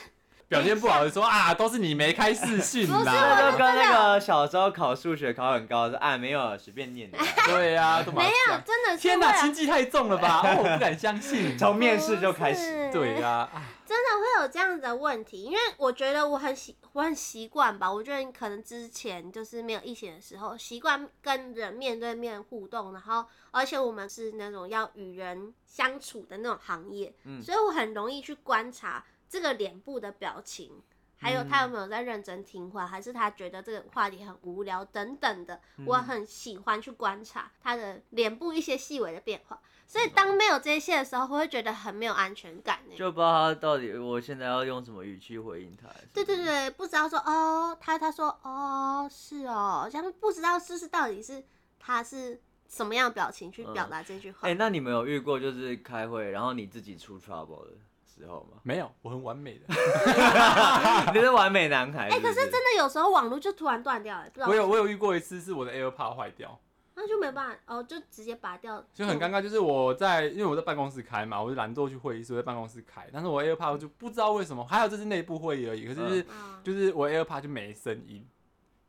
Speaker 2: 表现不好的说啊，都是你没开视讯
Speaker 1: 不是
Speaker 3: 那
Speaker 1: 我
Speaker 2: 啦
Speaker 3: 就。跟那个小时候考数学考很高，说啊没有随便念的 [LAUGHS] 啊，
Speaker 2: 对啊，都把
Speaker 1: 没
Speaker 2: 它
Speaker 1: 有
Speaker 2: 这样。
Speaker 1: 真的是
Speaker 2: 天
Speaker 1: 会啊
Speaker 2: 哪，
Speaker 1: 有
Speaker 2: 心机太重了
Speaker 3: [LAUGHS]
Speaker 2: 吧？哦，我不敢相信。
Speaker 3: 从面试就开始。
Speaker 1: 不是
Speaker 2: 对呀、啊，
Speaker 1: 会有这样子的问题，因为我觉得我很习我很习惯吧，我觉得可能之前就是没有疫情的时候，习惯跟人面对面互动，然后而且我们是那种要与人相处的那种行业，
Speaker 3: 嗯
Speaker 1: 所以我很容易去观察这个脸部的表情。还有他有没有在认真听话，还是他觉得这个话题很无聊等等的，我很喜欢去观察他的脸部一些细微的变化。所以当没有这些的时候，我会觉得很没有安全感呢。
Speaker 3: 就不知道他到底我现在要用什么语气回应他。
Speaker 1: 对对，对，不知道说哦，他他说哦是哦，这样不知道是是到底是他是什么样的表情去表
Speaker 2: 嗯
Speaker 1: 达这句话。
Speaker 3: 哎、那你们有遇过就是开会然后你自己出 trouble 的时候吗？
Speaker 2: 没有，我很完美的。
Speaker 3: [LAUGHS] 你是完美男孩。哎、
Speaker 1: 欸可是真的有时候网络就突然断掉了，不知道
Speaker 2: 我
Speaker 1: 为什
Speaker 2: 有
Speaker 1: 么，
Speaker 2: 我有遇过一次是我的 AirPod 坏掉，
Speaker 1: 那就没办法哦，就直接拔掉，
Speaker 2: 就很尴尬。就是我在因为我在办公室开嘛，我就懒惰去会议室，我在办公室开，但是我 AirPod 就不知道为什么，还有这是内部会议而已，可是就是、
Speaker 1: 嗯。啊
Speaker 2: 就是我 AirPod 就没声音，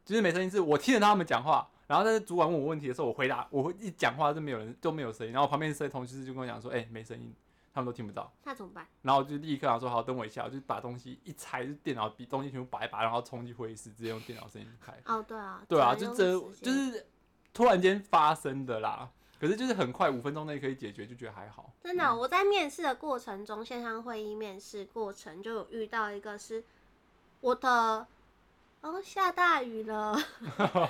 Speaker 2: 就是没声音是我听得到他们讲话。然后但是主管问我问题的时候，我回答我会一讲话就没有人都没有声音，然后我旁边的同事就跟我讲说，哎、没声音，他们都听不到。
Speaker 1: 那怎么办？
Speaker 2: 然后我就立刻想说好，等我一下，我就把东西一拆，就电脑笔东西全部拔一拔，然后冲进会议室，直接用电脑声音开。
Speaker 1: 哦，对啊，
Speaker 2: 对啊，
Speaker 1: 只
Speaker 2: 就
Speaker 1: 能
Speaker 2: 这
Speaker 1: 用时间
Speaker 2: 就是突然间发生的啦。可是就是很快，五分钟内可以解决，就觉得还好。 [LAUGHS]
Speaker 1: 真的，我在面试的过程中，线上会议面试过程就有遇到一个是我的哦下大雨了。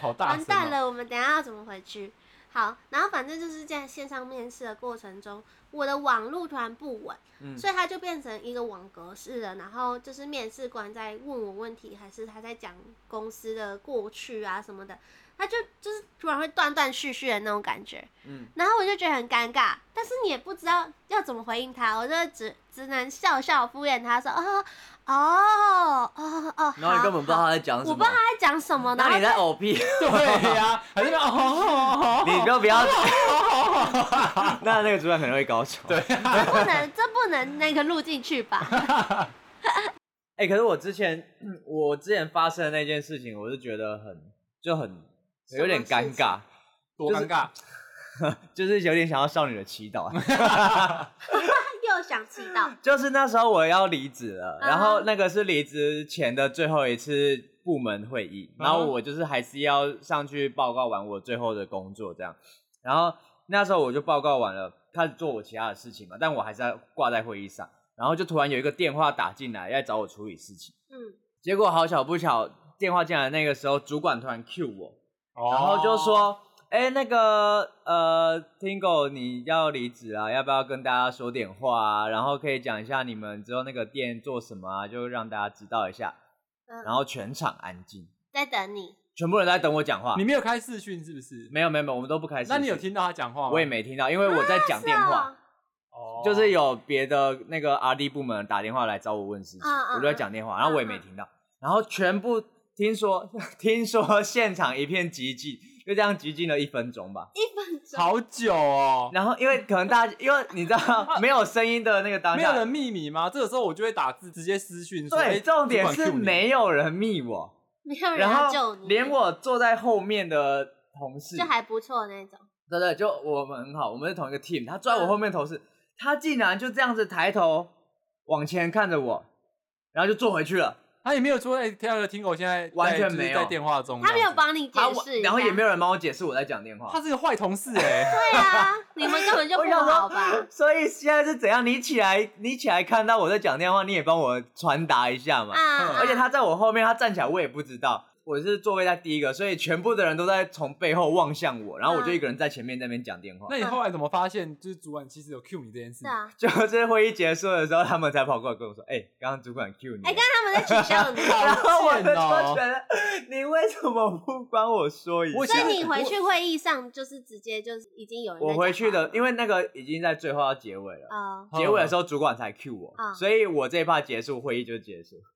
Speaker 2: 好大
Speaker 1: 完
Speaker 2: 声、
Speaker 1: 蛋
Speaker 2: 哦！
Speaker 1: 了，我们等一下要怎么回去？好，然后反正就是在线上面试的过程中，我的网路突然不稳，
Speaker 3: 嗯
Speaker 1: 所以它就变成一个网格式的。然后就是面试官在问我问题，还是他在讲公司的过去啊什么的，他就就是突然会断断续续的那种感觉。
Speaker 3: 嗯，
Speaker 1: 然后我就觉得很尴尬，但是你也不知道要怎么回应他，我就只只能笑笑敷衍他说哦哦哦哦，
Speaker 3: 然后你根本不知道
Speaker 1: 好好
Speaker 3: 他在讲什么，
Speaker 1: 我不知道他在讲什么，然
Speaker 3: 那
Speaker 1: 后
Speaker 3: 你在呕屁，
Speaker 2: 对呀、还是那边哦
Speaker 1: [LAUGHS]
Speaker 2: 哦哦
Speaker 3: 你就不要。那那个主管可能会高潮。对，
Speaker 1: 不能，这不能那个录进去吧？
Speaker 3: 哎、可是我之前嗯我之前发生的那件事情，我是觉得很就很有点
Speaker 1: 什么
Speaker 3: 尴
Speaker 1: 事情
Speaker 3: 尬，
Speaker 2: 多尴尬。
Speaker 3: 就是有点想要少女的祈祷。
Speaker 1: [LAUGHS] 又想祈祷，
Speaker 3: 就是那时候我要离职了，
Speaker 1: 嗯
Speaker 3: 然后那个是离职前的最后一次部门会议，
Speaker 2: 嗯
Speaker 3: 然后我就是还是要上去报告完我最后的工作这样，然后那时候我就报告完了，开始做我其他的事情嘛，但我还是要挂在会议上，然后就突然有一个电话打进来要找我处理事情，
Speaker 1: 嗯，
Speaker 3: 结果好巧不巧，电话进来那个时候主管突然 cue 我，
Speaker 2: 然
Speaker 3: 然后
Speaker 2: 哦
Speaker 3: 就说：“哎、那个呃，Tingo 你要离职啊，要不要跟大家说点话啊？然后可以讲一下你们之后那个店做什么啊，就让大家知道一下。
Speaker 1: 嗯
Speaker 3: 然后全场安静，
Speaker 1: 在等你，
Speaker 3: 全部人在等我讲话
Speaker 2: 哦你。没有开视讯是不是？
Speaker 3: 没有没有没有，我们都不开始。
Speaker 2: 那你有？听到他讲话吗？
Speaker 3: 我也，没听到，因为我在讲电话，
Speaker 1: 啊
Speaker 2: 哦
Speaker 3: 就是有别的那个 R D 部门打电话来找我问事情，
Speaker 1: 嗯嗯
Speaker 3: 我就在讲电话，然后我也没
Speaker 1: 嗯嗯
Speaker 3: 听到，然后全部听说 [LAUGHS] 听说现场一片寂静，就这样寂静了一分钟吧。
Speaker 1: 一分钟，
Speaker 2: 好久哦。
Speaker 3: 然后因为可能大家，因为你知
Speaker 2: [LAUGHS]
Speaker 3: 道没有声音的那个当
Speaker 2: 没有人
Speaker 3: 下，
Speaker 2: 密你吗？这个时候我就会打字直接私讯说，
Speaker 3: 对，
Speaker 2: 哎
Speaker 3: 重点
Speaker 2: 主管
Speaker 3: 是
Speaker 2: cue 你
Speaker 3: 没有人密我，
Speaker 1: 没有人
Speaker 3: 然
Speaker 1: 要救
Speaker 3: 后
Speaker 1: 你，
Speaker 3: 连我坐在后面的同事
Speaker 1: 就，还不错那种，
Speaker 3: 对对，就我们很好，我们是同一个 team，他
Speaker 1: 嗯
Speaker 3: 坐在我后面的同事，他竟然就这样子抬头往前看着我，然后就坐回去了，
Speaker 2: 他也没有说，哎、天鹅听狗现在在
Speaker 3: 完全
Speaker 2: 就是
Speaker 3: 没有
Speaker 2: 在电话中，
Speaker 1: 他没有，帮你
Speaker 3: 然
Speaker 1: 解
Speaker 3: 嗯后我
Speaker 1: 释一下，
Speaker 3: 然后也没有人帮我解释我在讲电话
Speaker 2: 他，是个坏同事哎、
Speaker 1: [LAUGHS] 对啊，你们根本就
Speaker 3: [LAUGHS] 我
Speaker 1: 不
Speaker 3: 想
Speaker 1: 好
Speaker 3: 说
Speaker 1: 吧？
Speaker 3: 所以现在是怎样？你起来，你起来看到我在讲电话，你也帮我传达一下嘛。
Speaker 1: 啊，
Speaker 3: 而且他在我后面，他站起来我也不知道，我是座位在第一个，所以全部的人都在从背后望向我，然后我
Speaker 1: 嗯
Speaker 3: 就一个人在前面那边讲电话。
Speaker 2: 那你后来怎么发现，就是主管其实有 cue 你这件事？
Speaker 1: 是啊，
Speaker 3: 就是会议结束的时候，他们才跑过来跟我说：“哎、刚刚主管 Q 你。
Speaker 1: 哎刚他们在取笑
Speaker 3: [LAUGHS]
Speaker 1: 你，
Speaker 2: 好
Speaker 3: 然后我就
Speaker 2: 贱
Speaker 3: 觉
Speaker 2: 哦、
Speaker 3: 得，你为什么不帮我说一
Speaker 2: 我
Speaker 3: 下
Speaker 1: 所
Speaker 2: 想？
Speaker 1: 以你回去会议上就是直接就是已经有人在
Speaker 3: 我回去
Speaker 1: 讲话
Speaker 3: 的，因为那个已经在最后要结尾了，
Speaker 1: 啊，
Speaker 2: 嗯
Speaker 3: 结尾的时候主管才 Q 我，
Speaker 1: 嗯
Speaker 3: 所以我这一趴结束，会议就结束。 [LAUGHS]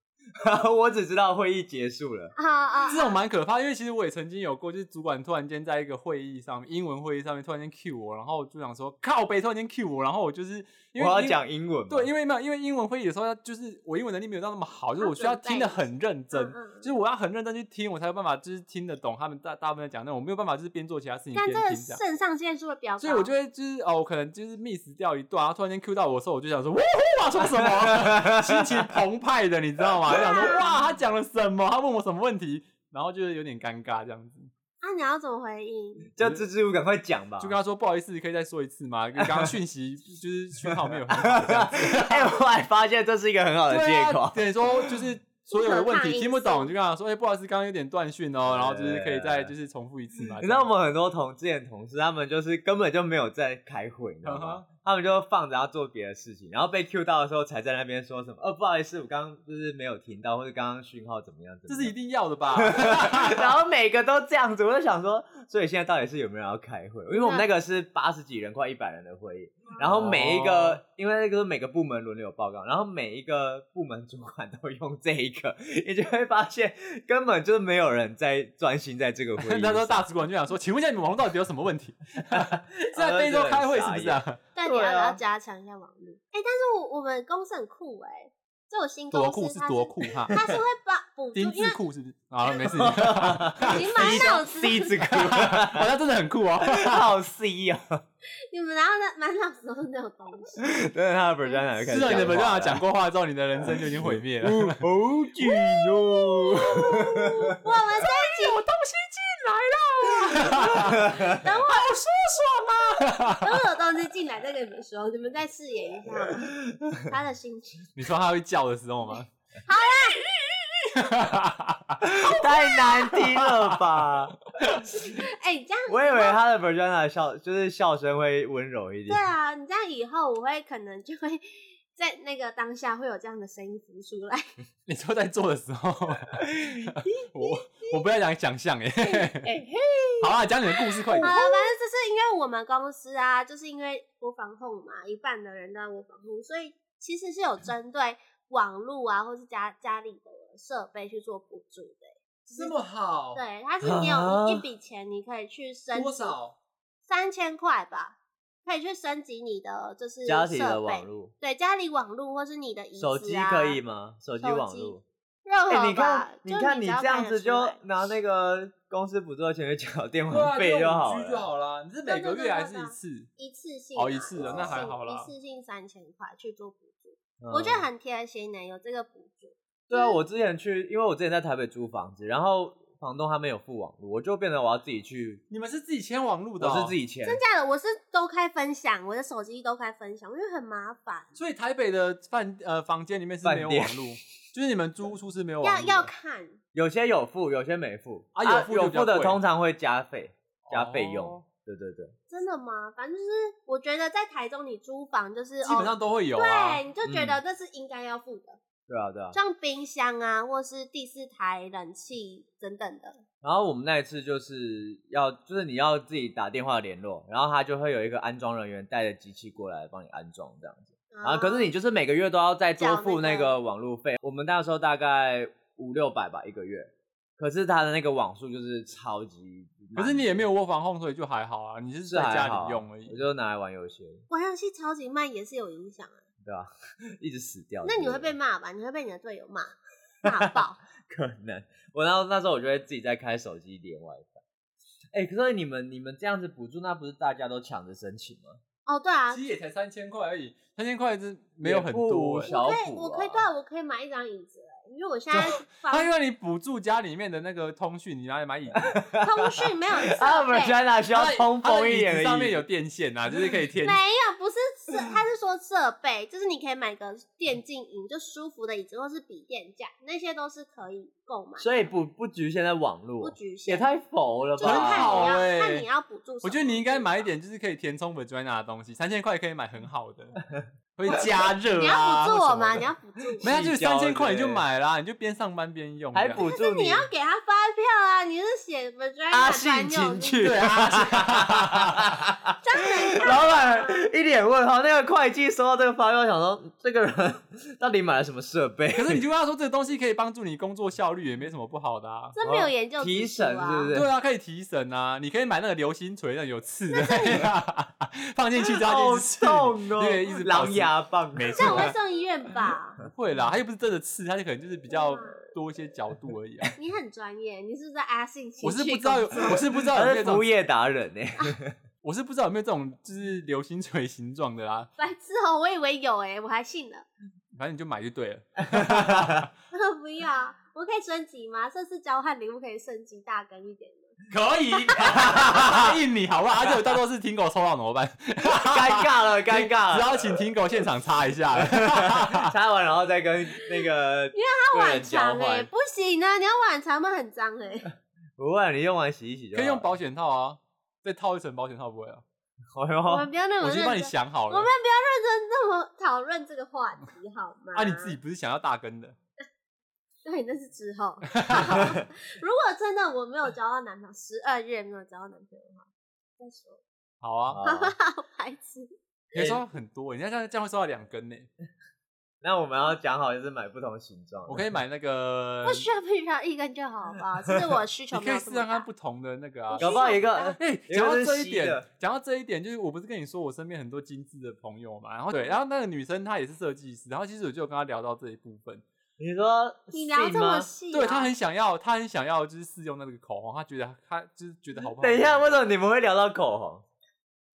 Speaker 3: 我只知道会议结束了，
Speaker 1: 啊啊，
Speaker 2: 这种蛮可怕，因为其实我也曾经有过，就是主管突然间在一个会议上面，英文会议上面突然间 cue 我，然后我就想说靠背突然间 cue 我，然后我就是因为
Speaker 3: 我要
Speaker 2: 英
Speaker 3: 讲英文嘛。
Speaker 2: 对，因为没有，因为英文会议的时候，就是我英文能力没有到那么好，就是我需要听得很认真，
Speaker 1: 嗯嗯
Speaker 2: 就是我要很认真去听，我才有办法就是听得懂他们大大部分在讲那种，我没有办法就是边做其他事情边
Speaker 1: 但这
Speaker 2: 听
Speaker 1: 个
Speaker 2: 这样。
Speaker 1: 肾上腺素的表达，
Speaker 2: 所以我就会就是哦，我可能就是 miss 掉一段，然后突然间 Q 到我的时候，我就想 [LAUGHS] 说，哇呼，我说什么？心情澎湃的，你知 [LAUGHS] 道吗？就想说，哇，他讲了什么？他问我什么问题？然后就是有点尴尬这样子，
Speaker 1: 啊，你要怎么回应？
Speaker 3: 叫支支吾赶快讲吧。
Speaker 2: 就跟他说不好意思，可以再说一次 [LAUGHS] 吗？刚刚讯息就是讯号没有很 [LAUGHS] 好这
Speaker 3: [LAUGHS]
Speaker 2: 样子。
Speaker 3: 哎、我后来发现这是一个很好的
Speaker 2: [LAUGHS] 对
Speaker 3: 呃借
Speaker 2: 啊，
Speaker 3: 口。
Speaker 2: 等于说就是所有的问
Speaker 1: 不可抗
Speaker 2: 题
Speaker 1: 因
Speaker 2: 听不懂，就跟他说，哎、不好意思，刚刚有点断讯哦，然后就是可以再
Speaker 3: 对
Speaker 2: 就是重复一次嘛。
Speaker 3: 你知道我们很多同之前同事，他们就是根本就没有在开会，你知道
Speaker 2: 嗯
Speaker 3: 吗
Speaker 2: 哼？
Speaker 3: 他们就放着要做别的事情，然后被 Q 到的时候才在那边说什么，呃，不好意思，我刚刚就是没有听到，或者刚刚讯号怎么样，怎
Speaker 2: 这
Speaker 3: 么
Speaker 2: 是一
Speaker 3: 样。
Speaker 2: 定要的 [LAUGHS] 吧？
Speaker 3: [LAUGHS] 然后每个都这样子，我就想说，所以现在到底是有没有人要开会？因为我们那个是八十几人，快一百人的会议，然后每一个，
Speaker 2: 哦
Speaker 3: 因为那个是每个部门轮流报告，然后每一个部门主管都用这一个， [LAUGHS] 你就会发现根本就没有人在专心在这个会议
Speaker 2: [LAUGHS] 那时候
Speaker 3: 上。
Speaker 2: 大主管就想说，请问一下你们网络到底有什么问 [LAUGHS] 题？是在非洲开会是不是啊？
Speaker 1: 对，你
Speaker 3: 对
Speaker 1: 要
Speaker 3: 啊
Speaker 1: 不要加强一下网络？哎，但是我我们公司很酷哎，这我新
Speaker 2: 多
Speaker 1: 公
Speaker 2: 酷
Speaker 1: 司
Speaker 2: 是
Speaker 1: 它
Speaker 2: 多酷 [LAUGHS] 哈，
Speaker 1: 它是会帮补助，
Speaker 2: 丁
Speaker 1: 因
Speaker 2: 字
Speaker 1: 为
Speaker 2: 裤是不是？好了，没事， [LAUGHS]
Speaker 1: 你满脑子
Speaker 3: C [LAUGHS] 字裤，
Speaker 2: 好像真的很酷哦。
Speaker 3: 好 C 啊！
Speaker 1: 你们然后呢，满脑子都是那种东
Speaker 2: [LAUGHS]
Speaker 1: 西，
Speaker 3: 真的，他的 persona 就开
Speaker 2: 自啊
Speaker 3: 始
Speaker 2: 从你们跟
Speaker 3: 话
Speaker 2: 他
Speaker 3: 了
Speaker 2: 讲过话之后，你的人生就已经毁灭了。
Speaker 3: [LAUGHS] 哦好紧
Speaker 1: 我
Speaker 3: 哦！
Speaker 1: 们这一集。
Speaker 2: 东西进来了， [LAUGHS]
Speaker 1: 等
Speaker 2: 好舒爽啊！
Speaker 1: 等我有东西进来再跟你们说，你们再饰演一下他的心情。
Speaker 2: [LAUGHS] 你说他会叫的时候吗？
Speaker 3: [LAUGHS] 太难听了吧？
Speaker 1: 哎、你这
Speaker 2: [LAUGHS]
Speaker 1: 样
Speaker 3: [LAUGHS] 我以为他的 persona 的笑就是笑声会温柔一
Speaker 1: 对
Speaker 3: 点。
Speaker 1: 啊，你这样以后我会可能就会在那个当下会有这样的声音浮出来。
Speaker 2: 你说在做的时候， [LAUGHS] 我我不要讲想象哎、
Speaker 1: 哎
Speaker 2: [LAUGHS] 好啊，讲你的故事快
Speaker 1: 好
Speaker 2: 点
Speaker 1: 了，。反正就是因为我们公司啊，就是因为我防控嘛，一半的人都在我防控，所以其实是有针对网络啊，或是家家里的设备去做补助的。
Speaker 2: 这么好，
Speaker 1: 对，它是你有
Speaker 3: 哦啊
Speaker 1: 一一笔钱，你可以去申请
Speaker 2: 少？
Speaker 1: 三千块吧，可以去升级你的就是
Speaker 3: 家里的
Speaker 1: 设
Speaker 3: 网
Speaker 1: 备，
Speaker 3: 络，
Speaker 1: 对家里网络或是你的椅子、啊、
Speaker 3: 手机可以吗？手机
Speaker 1: 手
Speaker 3: 网
Speaker 1: 机
Speaker 3: 络。
Speaker 1: 任
Speaker 3: 哎、
Speaker 1: 何
Speaker 3: 你看
Speaker 1: 吧，，
Speaker 3: 你
Speaker 1: 就
Speaker 3: 看
Speaker 1: 你
Speaker 3: 你
Speaker 1: 只要
Speaker 3: 这样
Speaker 1: 看得
Speaker 3: 子
Speaker 1: 出
Speaker 3: 就
Speaker 1: 来
Speaker 3: 拿那个公司补助的钱去缴电
Speaker 2: 对啊
Speaker 3: 话费
Speaker 2: 就
Speaker 3: 好
Speaker 2: 五 G 就
Speaker 3: 了。
Speaker 2: 好啦。你是每个月还是一次？
Speaker 1: 一次性
Speaker 2: 哦
Speaker 1: 啊
Speaker 2: 一次的
Speaker 1: 一
Speaker 2: 那还
Speaker 1: 性
Speaker 2: 好啦
Speaker 1: 一次性三千块去做补助，我觉得
Speaker 3: 嗯
Speaker 1: 很贴心呢、有这个补助。嗯
Speaker 3: 对啊，我之前去，因为我之前在台北租房子，然后房东他没有付网络，我就变成我要自己去，
Speaker 2: 你们是自己签网路的、
Speaker 3: 我
Speaker 2: 哦，
Speaker 3: 是自。己签。
Speaker 1: 真假的，我是都开分享，我的手机都开分享，因为很麻烦，
Speaker 2: 所以台北的饭呃房间里面是没有
Speaker 3: 饭店
Speaker 2: 网路，就是你们租出是没有
Speaker 3: 哦
Speaker 2: 网
Speaker 1: 要
Speaker 2: 路的
Speaker 1: 要看。
Speaker 3: 有些有付，有些没付。
Speaker 2: 啊有付就
Speaker 3: 有
Speaker 2: 比较
Speaker 3: 付的
Speaker 2: 贵
Speaker 3: 通常会加费，加费用。
Speaker 2: 哦
Speaker 3: 对对对，
Speaker 1: 真的吗？反正就是，我觉得在台中你租房就是
Speaker 2: 基本上
Speaker 1: 哦、
Speaker 2: 都会有啊
Speaker 1: 对，。你就
Speaker 3: 嗯
Speaker 1: 觉得这是应该要付的，
Speaker 3: 对啊对啊。
Speaker 1: 像冰箱啊，或是第四台冷气等等的。
Speaker 3: 然后我们那一次就是要，就是你要自己打电话联络，然后他就会有一个安装人员带着机器过来帮你安装这样子。
Speaker 1: 然
Speaker 3: 啊，可是你就是每个月都要再多付
Speaker 1: 缴那
Speaker 3: 那
Speaker 1: 个
Speaker 3: 个网路费。我们那时候大概五六百吧一个月，可是他的那个网速就是超级慢，
Speaker 2: 可是你也没有窝房控，所以就还好啊。你是
Speaker 3: 是
Speaker 2: 在
Speaker 3: 还
Speaker 2: 家
Speaker 3: 好啊
Speaker 2: 里用而已
Speaker 3: 我。就拿来玩游戏，
Speaker 1: 玩游戏超级慢也是有影响啊。
Speaker 3: 对吧、一直死掉。
Speaker 1: 那你会被骂吧？你会被你的队友骂骂爆。
Speaker 3: 可能。我那那时候我就会自己在开手机连 WiFi。哎、可是你们你们这样子补助，那不是大家都抢着申请吗？
Speaker 1: 哦，对
Speaker 3: [LAUGHS]
Speaker 1: 啊，
Speaker 2: 其实也才三千块而已，三千块是没有很多、
Speaker 3: 也不
Speaker 2: 欸。
Speaker 3: 小
Speaker 1: 我可以，
Speaker 3: 补
Speaker 1: 我可以，
Speaker 3: 啊
Speaker 1: 对啊，我可以买一张椅子欸，因为我现在房
Speaker 2: 他因为你补助家里面的那个通讯，你拿来买椅子，
Speaker 1: 通讯没有 [LAUGHS]
Speaker 3: 啊，我
Speaker 1: 设
Speaker 3: 们
Speaker 1: 备，
Speaker 3: 真的需 [LAUGHS] 要
Speaker 2: 它的
Speaker 3: 通
Speaker 2: 它
Speaker 3: 风
Speaker 2: 的
Speaker 3: 一
Speaker 2: 椅
Speaker 3: 点
Speaker 2: 子
Speaker 3: 而已。
Speaker 2: 上面有电线啊，就是可以
Speaker 1: [LAUGHS]
Speaker 2: 贴。
Speaker 1: 没有，不是设，
Speaker 2: 嗯
Speaker 1: 他是说设备，就是你可以买个电竞椅，就舒服的椅子，或是笔电架，那些都是可以购买，
Speaker 3: 所以不不局限在网络，
Speaker 1: 不局限。
Speaker 3: 也太佛了
Speaker 1: 就是
Speaker 3: 吧！
Speaker 1: 看
Speaker 2: 好
Speaker 1: 你要
Speaker 2: 欸
Speaker 1: 看你要补助什么。
Speaker 2: 我觉得你应该买一点，就是可以填充 vagina 的东西，三千块可以买很好
Speaker 3: [LAUGHS]
Speaker 2: 的，会加热、啊。
Speaker 1: 你要补助我
Speaker 2: 或什么
Speaker 1: 吗？
Speaker 2: 的
Speaker 1: 你要补助我
Speaker 2: 没有，啊就是
Speaker 3: 细胶
Speaker 2: 三千块你
Speaker 3: 之类
Speaker 2: 就
Speaker 3: 的
Speaker 2: 买啦，你就边上班边用这
Speaker 3: 还
Speaker 2: 样。
Speaker 3: 补
Speaker 1: 但
Speaker 3: 助啊
Speaker 1: 是你要给他发票啊！你是写 vagina
Speaker 3: 阿信
Speaker 1: 专用的，
Speaker 3: 进去，
Speaker 2: 对啊，
Speaker 1: 这样能看
Speaker 3: 老板一脸问号。那个会计收到这个发票，想说嗯这个人到底买了什么设备？
Speaker 2: 可
Speaker 3: [LAUGHS]
Speaker 2: 是你就跟他说这个东西可以帮助你工作效率，也没什么不好的啊。
Speaker 1: 这没有研究
Speaker 3: 提
Speaker 1: 基础啊
Speaker 3: 神是不是
Speaker 2: 对啊，可以提神啊，你可以买那个流星锤，那有刺的， [LAUGHS] 放进去之后
Speaker 3: 好
Speaker 2: 它就是刺，
Speaker 3: 痛哦
Speaker 2: 对，一直，保
Speaker 3: 狼
Speaker 2: 持
Speaker 3: 牙棒，
Speaker 2: 没
Speaker 1: 这样
Speaker 2: 错
Speaker 1: 我会送医院吧？
Speaker 2: 不会啦，它又不是真的刺，它就可能就是比较
Speaker 1: 哇
Speaker 2: 多一些角度而已啊。 [LAUGHS]
Speaker 1: 你很专业，你是不是阿信情
Speaker 2: 我是
Speaker 1: 趣
Speaker 2: 不知道有，
Speaker 1: 工作
Speaker 2: 我是不知道有
Speaker 3: 他
Speaker 2: 没有
Speaker 3: 是
Speaker 2: 这
Speaker 3: 服务
Speaker 2: 种，
Speaker 3: 业达人欸呢。
Speaker 2: 我是不知道有没有这种就是流星锤形状的啦，
Speaker 1: 白痴哦、我以为有哎、我还信了。
Speaker 2: 反正你就买就对了。
Speaker 1: [LAUGHS] 不要，我可以升级吗？这次交换礼物可以升级大根一点吗？
Speaker 2: [LAUGHS] 可以，答应你好不好？而且我到时候是听狗抽到怎么办？
Speaker 3: 尴尬了，尴尬
Speaker 2: 只
Speaker 3: 了。
Speaker 2: 要请听狗现场擦一下了。
Speaker 3: 擦完然后再跟那个因为
Speaker 1: 要晚肠哎、不行啊！你要晚肠嘛，很脏
Speaker 2: [LAUGHS]
Speaker 1: 哎、
Speaker 3: 不会，你用完洗一洗就好
Speaker 2: 可以用保险套啊，再套一层保险套不会啊？
Speaker 3: 好
Speaker 1: 我
Speaker 3: 哟
Speaker 1: 们。不要那么
Speaker 2: 我已
Speaker 1: 认
Speaker 2: 经帮你
Speaker 1: 真，
Speaker 2: 想好
Speaker 1: 我
Speaker 2: 了
Speaker 1: 们。不要认真这么讨论这个话题好吗？
Speaker 2: [LAUGHS] 啊，你自己，不是想要大根的？
Speaker 1: 对，那是之
Speaker 2: [LAUGHS]
Speaker 1: 后。 [LAUGHS] 如果真的我没有交到男朋友，十二月没有交到男朋友的话，再说。
Speaker 2: 好啊，
Speaker 3: 好
Speaker 1: [LAUGHS] 好白痴，
Speaker 2: 你还收到很多，人家这样这样会收到两根呢。
Speaker 3: 那我们要讲好，就是买不同形状的。
Speaker 2: 我可以买那个
Speaker 1: 不，需要不需要一根就好，好不好？其实我需求
Speaker 2: 嗯
Speaker 1: 没
Speaker 2: 你可
Speaker 1: 有
Speaker 2: 以
Speaker 1: 这
Speaker 2: 试
Speaker 1: 么
Speaker 2: 看看
Speaker 1: 大。
Speaker 2: 不同的那个啊。
Speaker 3: 搞不好一个
Speaker 2: 哎，
Speaker 3: 因
Speaker 2: 讲到
Speaker 3: 为这是
Speaker 2: 这一
Speaker 3: 吸
Speaker 2: 点
Speaker 3: 的，
Speaker 2: 讲到这一点，就是我不是跟你说我身边很多精致的朋友嘛，然后对，然后那个女生她也是设计师，然后其实我就有跟她聊到这一部分，
Speaker 3: 你说
Speaker 1: 你聊这
Speaker 3: 信
Speaker 1: 么
Speaker 3: 吗？
Speaker 1: 细、啊，
Speaker 2: 对她很想要，她很想要就是试用那个口红，她觉得她就是觉得好不好？
Speaker 3: 等一下，为什么你们会聊到口红？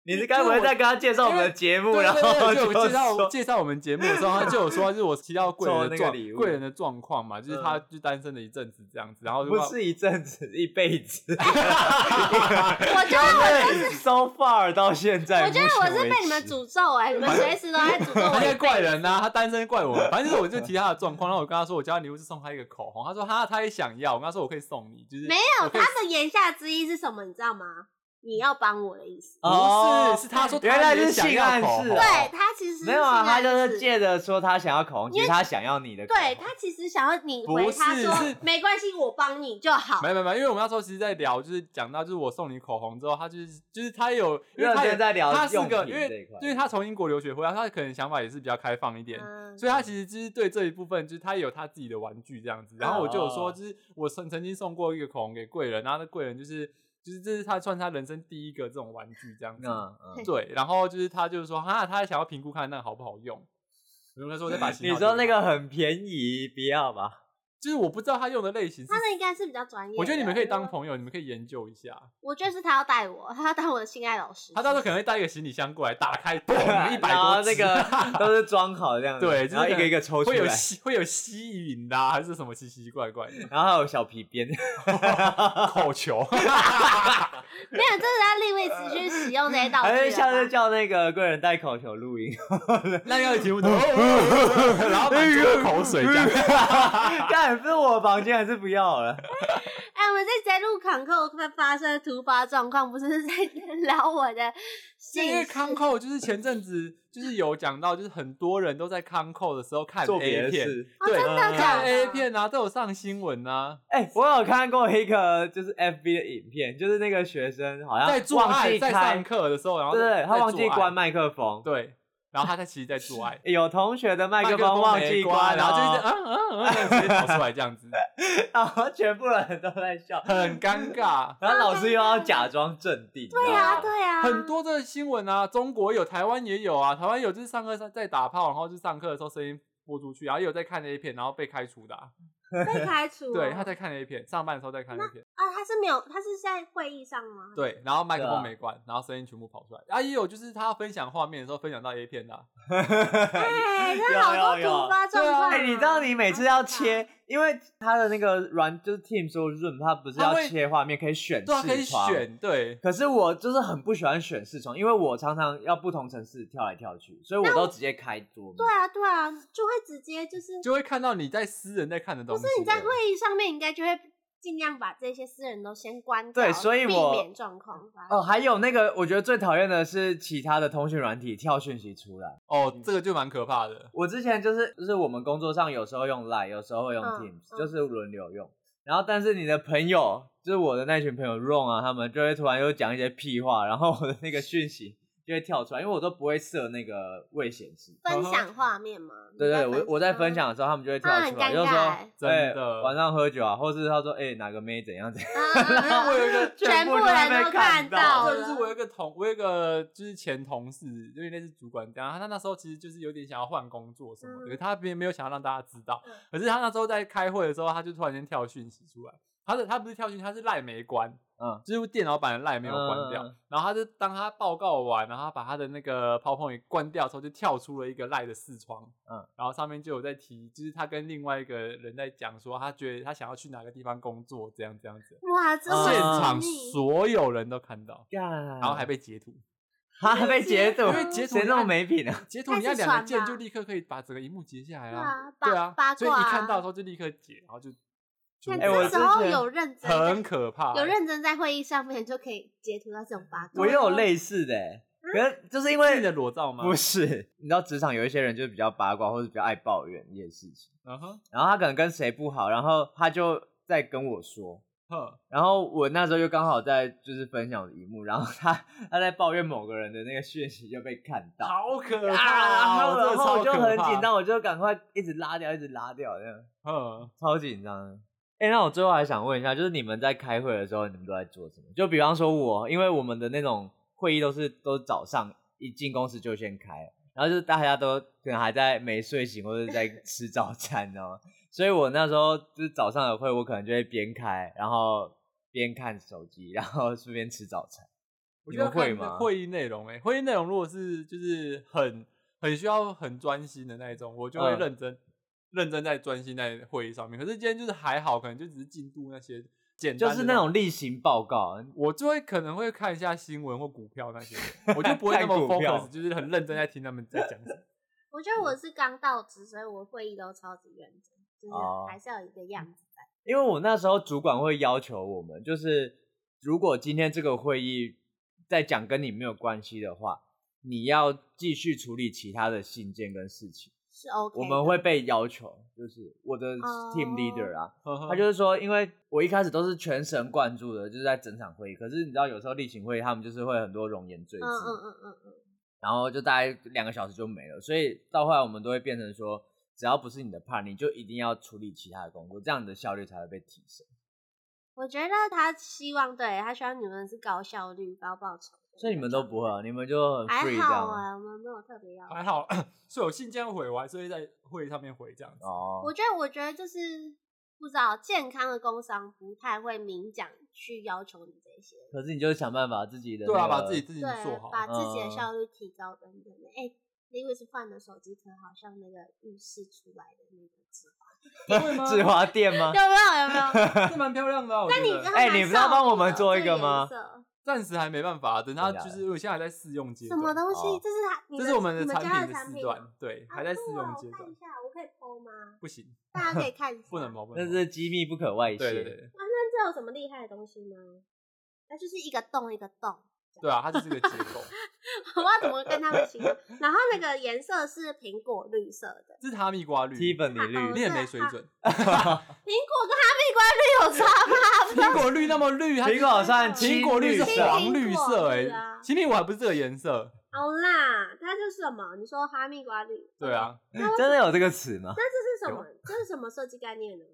Speaker 3: 你是该不会在跟他介绍我们的节目，然后
Speaker 2: 对对对就
Speaker 3: 就
Speaker 2: 有介绍
Speaker 3: 说
Speaker 2: 介绍我们节目的时候，他就有说，就是我提到贵人的
Speaker 3: 抽那
Speaker 2: 状
Speaker 3: 个礼物
Speaker 2: 贵人的状况嘛，就是他
Speaker 3: 嗯
Speaker 2: 就单身了一阵子这样子，然后就
Speaker 3: 不是一阵子，一辈
Speaker 2: [LAUGHS]
Speaker 3: 子。
Speaker 1: 我觉得我
Speaker 3: 对，so far 到现在，
Speaker 1: 我觉得我是被你们
Speaker 3: 主
Speaker 1: 诅咒哎、你们随时都在诅咒
Speaker 3: [LAUGHS]
Speaker 2: 他
Speaker 1: 我
Speaker 2: 现在
Speaker 1: 一辈
Speaker 2: 怪
Speaker 1: 子。
Speaker 2: 人啊呐、他单身怪我们，反正就是我就提他的状况，然后我跟他说，我交换礼物是送他一个口红，他说哈，他也想要，我跟他说我可以送你，就是
Speaker 1: 没
Speaker 2: 我
Speaker 1: 有，
Speaker 2: 可以
Speaker 1: 他的言下之意是什么？你知道吗？你要帮我的意思。
Speaker 2: 不是，是他说他
Speaker 3: 哦原来
Speaker 2: 也
Speaker 3: 是
Speaker 2: 想
Speaker 3: 性
Speaker 2: 要
Speaker 3: 暗
Speaker 2: 口红
Speaker 3: 示啊，
Speaker 1: 对他其实
Speaker 3: 没有啊，
Speaker 1: 现在
Speaker 3: 他就是
Speaker 1: 是
Speaker 3: 借着说他想要口红，其实他想要你的口红。
Speaker 1: 对他其实想要你
Speaker 2: 不
Speaker 1: 回他
Speaker 2: 是
Speaker 1: 说
Speaker 2: 是
Speaker 1: 没关系，我帮你就好
Speaker 2: 没。有没有没有，因为我们那时候其实在聊，就是讲到就是我送你口红之后，他就是就是他有，因为
Speaker 3: 认
Speaker 2: 他也
Speaker 3: 真在聊
Speaker 2: 他是
Speaker 3: 用
Speaker 2: 个，
Speaker 3: 品
Speaker 2: 因
Speaker 3: 这一
Speaker 2: 为
Speaker 3: 块
Speaker 2: 因为他从英国留学回来，他可能想法也是比较开放一点，
Speaker 1: 嗯
Speaker 2: 所以他其实就是对这一部分，就是他也有他自己的玩具这样子。然后我就有说，
Speaker 3: 哦
Speaker 2: 就是我曾曾经送过一个口红给贵人，然后那贵人就是。就是这是他算他人生第一个这种玩具这样子。
Speaker 3: 嗯嗯，
Speaker 2: 对，然后就是他就是说哈，他想要评估看那个好不好用。比如说我再把型
Speaker 3: 你
Speaker 2: 号
Speaker 3: 说
Speaker 2: 丢
Speaker 3: 那
Speaker 2: 掉
Speaker 3: 个很便宜，不要吧？
Speaker 2: 就是我不知道他用的类型是
Speaker 1: 他，那应该是比较专业的。
Speaker 2: 我觉得你们可以当朋友，你们可以研究一下。
Speaker 1: 我觉得是他要带我，他要当我的性爱老师。
Speaker 2: 他到时候可能会带一个行李箱过来，打
Speaker 3: [LAUGHS]
Speaker 2: 开，咚，一百
Speaker 3: 然
Speaker 2: 多
Speaker 3: 后那
Speaker 2: 只
Speaker 3: 个都是装好这样
Speaker 2: [LAUGHS]
Speaker 3: 子，
Speaker 2: 对就是
Speaker 3: 然后一
Speaker 2: 可能
Speaker 3: 个一个抽出
Speaker 2: 会有
Speaker 3: 来，
Speaker 2: 吸会有吸引的啊、还是什么奇奇怪怪
Speaker 3: [LAUGHS]
Speaker 2: 的
Speaker 3: 然后还有小皮鞭， [LAUGHS]
Speaker 2: 扣球？
Speaker 1: 没有，这是他立位词去使用这些道具
Speaker 3: 还是
Speaker 1: 了吧。
Speaker 3: 哎下次叫那个贵人带口球录音， [LAUGHS]
Speaker 2: 那要题目 [LAUGHS] 怎么？然后满足口水这样。
Speaker 3: [LAUGHS] 干是我房间还是不要
Speaker 2: [LAUGHS]
Speaker 3: 了？
Speaker 1: 哎、我们这节录康扣快发生突发状况，不是在 [LAUGHS] 聊我的
Speaker 2: 就因为
Speaker 1: 性
Speaker 2: 康扣就是前阵子就是有讲到，就是很多人都在康扣的时候看
Speaker 3: 做别
Speaker 2: A
Speaker 3: 的
Speaker 2: 片，
Speaker 3: 事。
Speaker 1: 哦
Speaker 2: 对，
Speaker 1: 真的假
Speaker 2: 看
Speaker 1: 的
Speaker 2: A 片啊，都有上新闻啊，
Speaker 3: 哎、我有看过一个就是 FB 的影片，就是那个学生好像
Speaker 2: 在做
Speaker 3: 忘
Speaker 2: 爱，
Speaker 3: 记
Speaker 2: 在
Speaker 3: 开
Speaker 2: 上，课的时候，然后
Speaker 3: 对对，
Speaker 2: 在
Speaker 3: 他忘记
Speaker 2: 做爱
Speaker 3: 关，麦克风。。
Speaker 2: 对，然后他在其实在做爱
Speaker 3: 有同学的麦克风
Speaker 2: 没
Speaker 3: 忘记
Speaker 2: 关，然
Speaker 3: 哦 [LAUGHS]
Speaker 2: 后就一直嗯嗯嗯，直接跑出来这样子，
Speaker 3: 然后全部人都在笑，
Speaker 2: 很尴尬。
Speaker 3: 然后老师又要假装镇定。
Speaker 1: 对
Speaker 3: 呀、
Speaker 1: 啊，对啊，
Speaker 2: 很多的新闻啊，中国有，台湾也有啊。台湾有就是上课在在打炮，然后就上课的时候声音播出去，然后也有在看 A 片，然后被开除的啊、
Speaker 1: 被开除哦。
Speaker 2: [LAUGHS] 对，他在看 A 片，上班的时候在看 A 片。
Speaker 1: 啊，他是没有，他是在会议上
Speaker 2: [LAUGHS]
Speaker 1: 吗？
Speaker 2: 对，然后麦克
Speaker 3: 对啊
Speaker 2: 风没关，然后声音全部跑出来。啊，也有就是他分享画面的时候分享到 A 片的啊、
Speaker 1: 哎，
Speaker 3: 有
Speaker 1: 他好多
Speaker 3: 有有
Speaker 1: 突发状况、哦
Speaker 3: 哎、你知道你每次要
Speaker 1: 好可
Speaker 3: 切，
Speaker 2: 啊
Speaker 3: 因为它的那个软就是 Team 说 Zoom，它不是
Speaker 2: 它
Speaker 3: 要
Speaker 2: 会
Speaker 3: 切画面，可以选
Speaker 2: 对啊，可以
Speaker 3: 视窗。
Speaker 2: 选，对，
Speaker 3: 可是我就是很不喜欢选视窗，因为我常常要不同层次跳来跳去，所以我都直接开桌面。
Speaker 1: 怕？对啊，对啊，就会直接就是，
Speaker 2: 就会看到你在私人在看的东西。
Speaker 1: 不是你在会议上面，应该就会尽量把这些私人都先关掉，
Speaker 3: 对所以我
Speaker 1: 避免状况发生。
Speaker 3: 哦，还有那个，我觉得最讨厌的是其他的通讯软体跳讯息出来。
Speaker 1: 嗯
Speaker 2: 哦，这个就蛮可怕的。
Speaker 3: 我之前就是就是我们工作上有时候用 Line，有时候会用
Speaker 1: 嗯
Speaker 3: Teams，、
Speaker 1: 嗯
Speaker 3: 就是轮流用。然后，但是你的朋友，就是我的那群朋友 Ron 啊，他们就会突然又讲一些屁话，然后我的那个讯息就会跳出来，因为我都不会设那个未显示。
Speaker 2: 嗯
Speaker 1: 分享画面吗？
Speaker 3: 对对，
Speaker 1: 你在
Speaker 3: 我我在分 [LAUGHS] 享的时候，他们就会跳
Speaker 1: 啊很
Speaker 3: 出来，
Speaker 1: 尴
Speaker 3: 就说
Speaker 1: 尬
Speaker 2: 真
Speaker 3: 哎
Speaker 2: 的
Speaker 3: 晚上喝酒啊，或是他说哎、哪个妹怎样怎样，
Speaker 1: 享，啊啊啊
Speaker 2: 我有一个
Speaker 1: [LAUGHS] 全部
Speaker 3: 都会
Speaker 1: 人
Speaker 3: 被
Speaker 1: 都
Speaker 3: 看
Speaker 1: 看到
Speaker 2: 对，
Speaker 1: 了
Speaker 2: 就是我有一个同，我有一个就是前同事，有点类似主管这样。他那时候其实就是有点想要换工作什么
Speaker 1: 嗯
Speaker 2: 的，可是他并没有想要让大家知道
Speaker 1: 嗯。
Speaker 2: 可是他那时候在开会的时候，他就突然间跳讯息出来。他的他不是跳讯息，他是赖没关，
Speaker 3: 嗯，
Speaker 2: 就是电脑版的赖没有关掉。
Speaker 3: 嗯
Speaker 2: 然后他就当他报告完，然后他把他的那个 PowerPoint 关掉之后，就跳出了一个赖的视窗，
Speaker 3: 嗯，
Speaker 2: 然后上面就有在提，就是他跟另外一个人在讲说，他觉得他想要去哪个地方工作，这样这样子。
Speaker 1: 哇，这么
Speaker 2: 现场
Speaker 1: 神秘嗯
Speaker 2: 所有人都看到。
Speaker 3: 然
Speaker 2: 然后还被截图，
Speaker 3: 还被截图，
Speaker 1: 因为
Speaker 2: 截图
Speaker 3: 谁那么
Speaker 2: 按
Speaker 3: 没品啊？
Speaker 2: 截图你
Speaker 1: 开
Speaker 2: 要
Speaker 1: 始
Speaker 2: 两个
Speaker 1: 传
Speaker 2: 键
Speaker 1: 吧
Speaker 2: 就立刻可以把整个荧幕截下来
Speaker 1: 对
Speaker 2: 啦
Speaker 1: 啊，
Speaker 2: 对
Speaker 1: 八
Speaker 2: 啊，
Speaker 1: 八
Speaker 2: 所以一
Speaker 1: 卦
Speaker 2: 看
Speaker 1: 啊
Speaker 2: 到的时候就立刻截，然后就，就
Speaker 1: 但
Speaker 3: 哎我
Speaker 1: 这时
Speaker 3: 之
Speaker 1: 候
Speaker 3: 前
Speaker 1: 有认真在，
Speaker 2: 很可怕，欸
Speaker 1: 有认真在会议上面就可以截图到这种八卦。
Speaker 3: 我也有类似的、欸，
Speaker 1: 嗯
Speaker 3: 可是就是因为
Speaker 2: 是你的裸照吗？
Speaker 3: 不是，你知道职场有一些人就是比较八卦或者比较爱抱怨一些事情，
Speaker 2: 嗯哼，
Speaker 3: 然后他可能跟谁不好，然后他就在跟我说，
Speaker 2: 呵，
Speaker 3: 然后我那时候就刚好在就是分享我的一幕，然后他他在抱怨某个人的那个讯息就被看到，啊，
Speaker 2: 好可
Speaker 3: 然
Speaker 2: 怕
Speaker 3: 后
Speaker 2: 哦，
Speaker 3: 然后
Speaker 2: 这
Speaker 3: 我就
Speaker 2: 个超可
Speaker 3: 很
Speaker 2: 怕
Speaker 3: 紧，张，我就赶快一直拉掉，一直拉掉，这样
Speaker 2: 嗯，
Speaker 3: 超紧张的。哎、那我最后还想问一下，就是你们在开会的时候，你们都在做什么？就比方说我，因为我们的那种会议都是都是早上一进公司就先开，然后就是大家都可能还在没睡醒或者在吃早餐，你知道吗？所以我那时候就是早上有会，我可能就会边开，然后边看手机，然后顺便吃早餐。
Speaker 2: 我
Speaker 3: 你
Speaker 2: 觉得
Speaker 3: 们会
Speaker 2: 看那
Speaker 3: 吗
Speaker 2: 会议内容、欸，会议内容如果是就是很很需要很专心的那一种，我就会
Speaker 3: 嗯
Speaker 2: 认真、认真在专心在会议上面。可是今天就是还好，可能就只是进度那些简单
Speaker 3: 就
Speaker 2: 的，
Speaker 3: 是那种例行报告，
Speaker 2: 我就会可能会看一下新闻或股票那些，我就不会那么
Speaker 3: 看股票
Speaker 2: focus，就是很认真在听他们在讲什么。
Speaker 1: 我觉得
Speaker 4: 嗯
Speaker 1: 我是刚到职，所以我会议都超级认真，
Speaker 3: 哦
Speaker 1: 就是还是要有一个样子。
Speaker 3: 因为我那时候主管会要求我们，就是如果今天这个会议在讲跟你没有关系的话，你要继续处理其他的信件跟事情。
Speaker 1: 是 OK 的。
Speaker 3: 我们会被要求，就是我的
Speaker 1: 哦
Speaker 3: team leader 啊，
Speaker 2: 他
Speaker 3: 他就是说，因为我一开始都是全神贯注的，就是在整场会议。可是你知道，有时候例行会议他们就是会很多容颜赘字，
Speaker 1: 嗯嗯嗯嗯嗯，
Speaker 3: 然后就大概两个小时就没了。所以到后来我们都会变成说，只要不是你的 part，你就一定要处理其他的工作，这样你的效率才会被提升。
Speaker 1: 我觉得他希望对他希望你们是高效率、高报酬的那种，
Speaker 4: 所以你们都不会啊，你们就很
Speaker 1: 还
Speaker 4: free 这
Speaker 1: 好
Speaker 4: 样
Speaker 1: 啊，
Speaker 4: 吗。
Speaker 1: 我们没有特别要。
Speaker 5: 还好，所以我信件要回，我还是会在会议上面回这样子。
Speaker 4: 哦
Speaker 1: 我，觉得，我觉得就是不知道健康的工商不太会明讲去要求你这些，
Speaker 4: 可是你就想办法自己的
Speaker 2: 对啊，
Speaker 4: 那
Speaker 2: 把
Speaker 4: 个
Speaker 2: 自己自己做好
Speaker 1: 对，。把自己的
Speaker 4: 嗯
Speaker 1: 效率提高等等的。哎、l e w i s 换的手机壳好像那个浴室出来的那个纸
Speaker 2: 啊
Speaker 1: 花，
Speaker 2: 会
Speaker 4: [LAUGHS]
Speaker 2: 吗？
Speaker 4: 自花店吗？
Speaker 1: 有没有？有没
Speaker 2: [LAUGHS]
Speaker 1: 有？
Speaker 2: 这蛮漂亮的啊。我
Speaker 1: 那
Speaker 2: 觉
Speaker 1: 你
Speaker 2: 得
Speaker 1: 真的
Speaker 4: 哎
Speaker 1: 蛮
Speaker 4: 你不是要
Speaker 1: 少
Speaker 4: 帮我
Speaker 1: 女
Speaker 4: 们
Speaker 1: 的
Speaker 4: 做
Speaker 1: 这
Speaker 4: 一
Speaker 1: 个
Speaker 4: 个
Speaker 1: 颜
Speaker 4: 吗
Speaker 1: 色
Speaker 2: 暂时还没办法，等它
Speaker 4: 真的假
Speaker 2: 就
Speaker 4: 的
Speaker 2: 是我现在还在试用阶
Speaker 1: 什
Speaker 2: 段，
Speaker 1: 么东西？
Speaker 4: 哦
Speaker 1: 这是他，你
Speaker 2: 这是我们
Speaker 1: 你们家
Speaker 2: 产
Speaker 1: 的
Speaker 2: 品
Speaker 1: 产
Speaker 2: 时
Speaker 1: 品
Speaker 2: 段
Speaker 1: 吗，
Speaker 2: 对，
Speaker 1: 好
Speaker 2: 还在试
Speaker 1: 酷哦
Speaker 2: 用阶
Speaker 1: 我看
Speaker 2: 段
Speaker 1: 一，下，我可以剖吗？
Speaker 2: 不行，
Speaker 1: 大
Speaker 2: [LAUGHS]
Speaker 1: 家可以看一下。
Speaker 2: 不能摸，不能
Speaker 4: 那
Speaker 2: 摸。
Speaker 4: 是机密不可外泄。
Speaker 2: 对对对
Speaker 1: 啊，那这有什么厉害的东西吗？那就是一个洞一个洞， [LAUGHS]
Speaker 2: 对啊，它就是个结构， [LAUGHS]
Speaker 1: 我不知道怎么跟他们形容。然后那个颜色是苹果绿色的，
Speaker 2: 这是哈密瓜
Speaker 3: [LAUGHS]
Speaker 2: 绿，
Speaker 4: 基本你
Speaker 1: 哦
Speaker 2: 你
Speaker 4: 绿，
Speaker 2: 也没水
Speaker 1: [LAUGHS] 苹
Speaker 2: 准。
Speaker 1: 果跟哈密瓜绿有差吗？
Speaker 2: 苹果绿那么绿，
Speaker 1: 哦
Speaker 2: 它
Speaker 4: 苹果算
Speaker 2: 苹果啊绿是
Speaker 1: 青
Speaker 4: 啊
Speaker 1: [LAUGHS]
Speaker 2: 黄绿色
Speaker 1: 苹果绿
Speaker 2: 哎
Speaker 1: 啊，
Speaker 2: 青苹果还不是这个颜色。
Speaker 1: 好啦，它是什么？你说哈密瓜绿？哦
Speaker 2: 对。啊，
Speaker 4: 真的有这个词
Speaker 1: [LAUGHS]
Speaker 4: 吗？
Speaker 1: 那这是什么？这是什么设计概念
Speaker 2: [LAUGHS]
Speaker 1: 呢？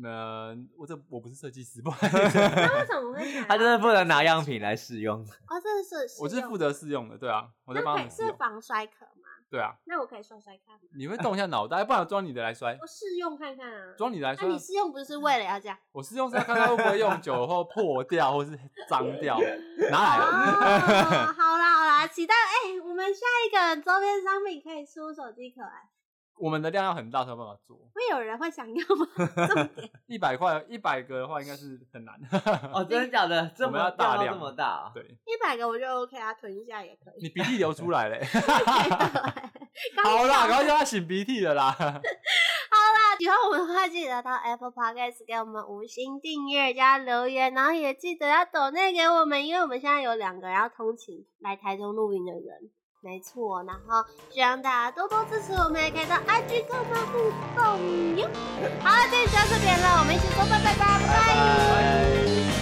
Speaker 2: 那我这我不是设计师，不好意 [LAUGHS] 思，
Speaker 1: 那为什么会想要？
Speaker 4: 他就是不能拿样品来试
Speaker 2: [LAUGHS]
Speaker 4: 用。
Speaker 1: 哦，这是实
Speaker 2: 我是
Speaker 1: 用
Speaker 2: 负责试用的，对啊，我在
Speaker 1: 那
Speaker 2: 帮
Speaker 1: 可
Speaker 2: 你
Speaker 1: 以
Speaker 2: 试
Speaker 1: 是
Speaker 2: 用，
Speaker 1: 防摔壳吗？
Speaker 2: 对啊，
Speaker 1: 那我可以摔摔看吗？
Speaker 2: 你会动一下脑袋，不然我装你的来摔，
Speaker 1: 我试用看看啊。
Speaker 2: 装你的来
Speaker 1: 那
Speaker 2: 摔啊，
Speaker 1: 你试用不是为了要这样？
Speaker 2: 我是用是要看它会不会用久后破掉或是脏
Speaker 1: [LAUGHS]
Speaker 2: 掉，拿来了，
Speaker 1: 哦，好啦好啦，期待哎、我们下一个周边商品可以出手机壳哎，
Speaker 2: 我们的量要很大才有办法做，
Speaker 1: 会有人会想要吗？ [LAUGHS] 重点
Speaker 2: 一百块一百个的话应该是
Speaker 1: [LAUGHS]
Speaker 2: 很难，
Speaker 4: 哦，真的假的？这
Speaker 2: 我
Speaker 4: 么
Speaker 2: 们要
Speaker 4: 量
Speaker 2: 大
Speaker 4: 到
Speaker 2: 量
Speaker 4: 这么大啊？
Speaker 2: 对
Speaker 1: 一百个我就 OK 啊，囤一下也可
Speaker 2: [LAUGHS]
Speaker 1: 以。
Speaker 2: 你鼻涕流出来嘞，
Speaker 1: 刚
Speaker 2: 好啦，
Speaker 1: 想
Speaker 2: 赶快叫他擤鼻涕了啦。
Speaker 1: 那喜欢我们的话，记得到 Apple Podcast 给我们五星订阅加留言，然后也记得要抖内给我们，因为我们现在有两个要通勤来台中露营的人，没错。然后希望大家多多支持我们，也可以到 IG 跟我们互动哟。好，这集就到这边了，我们一起说拜拜吧，拜拜。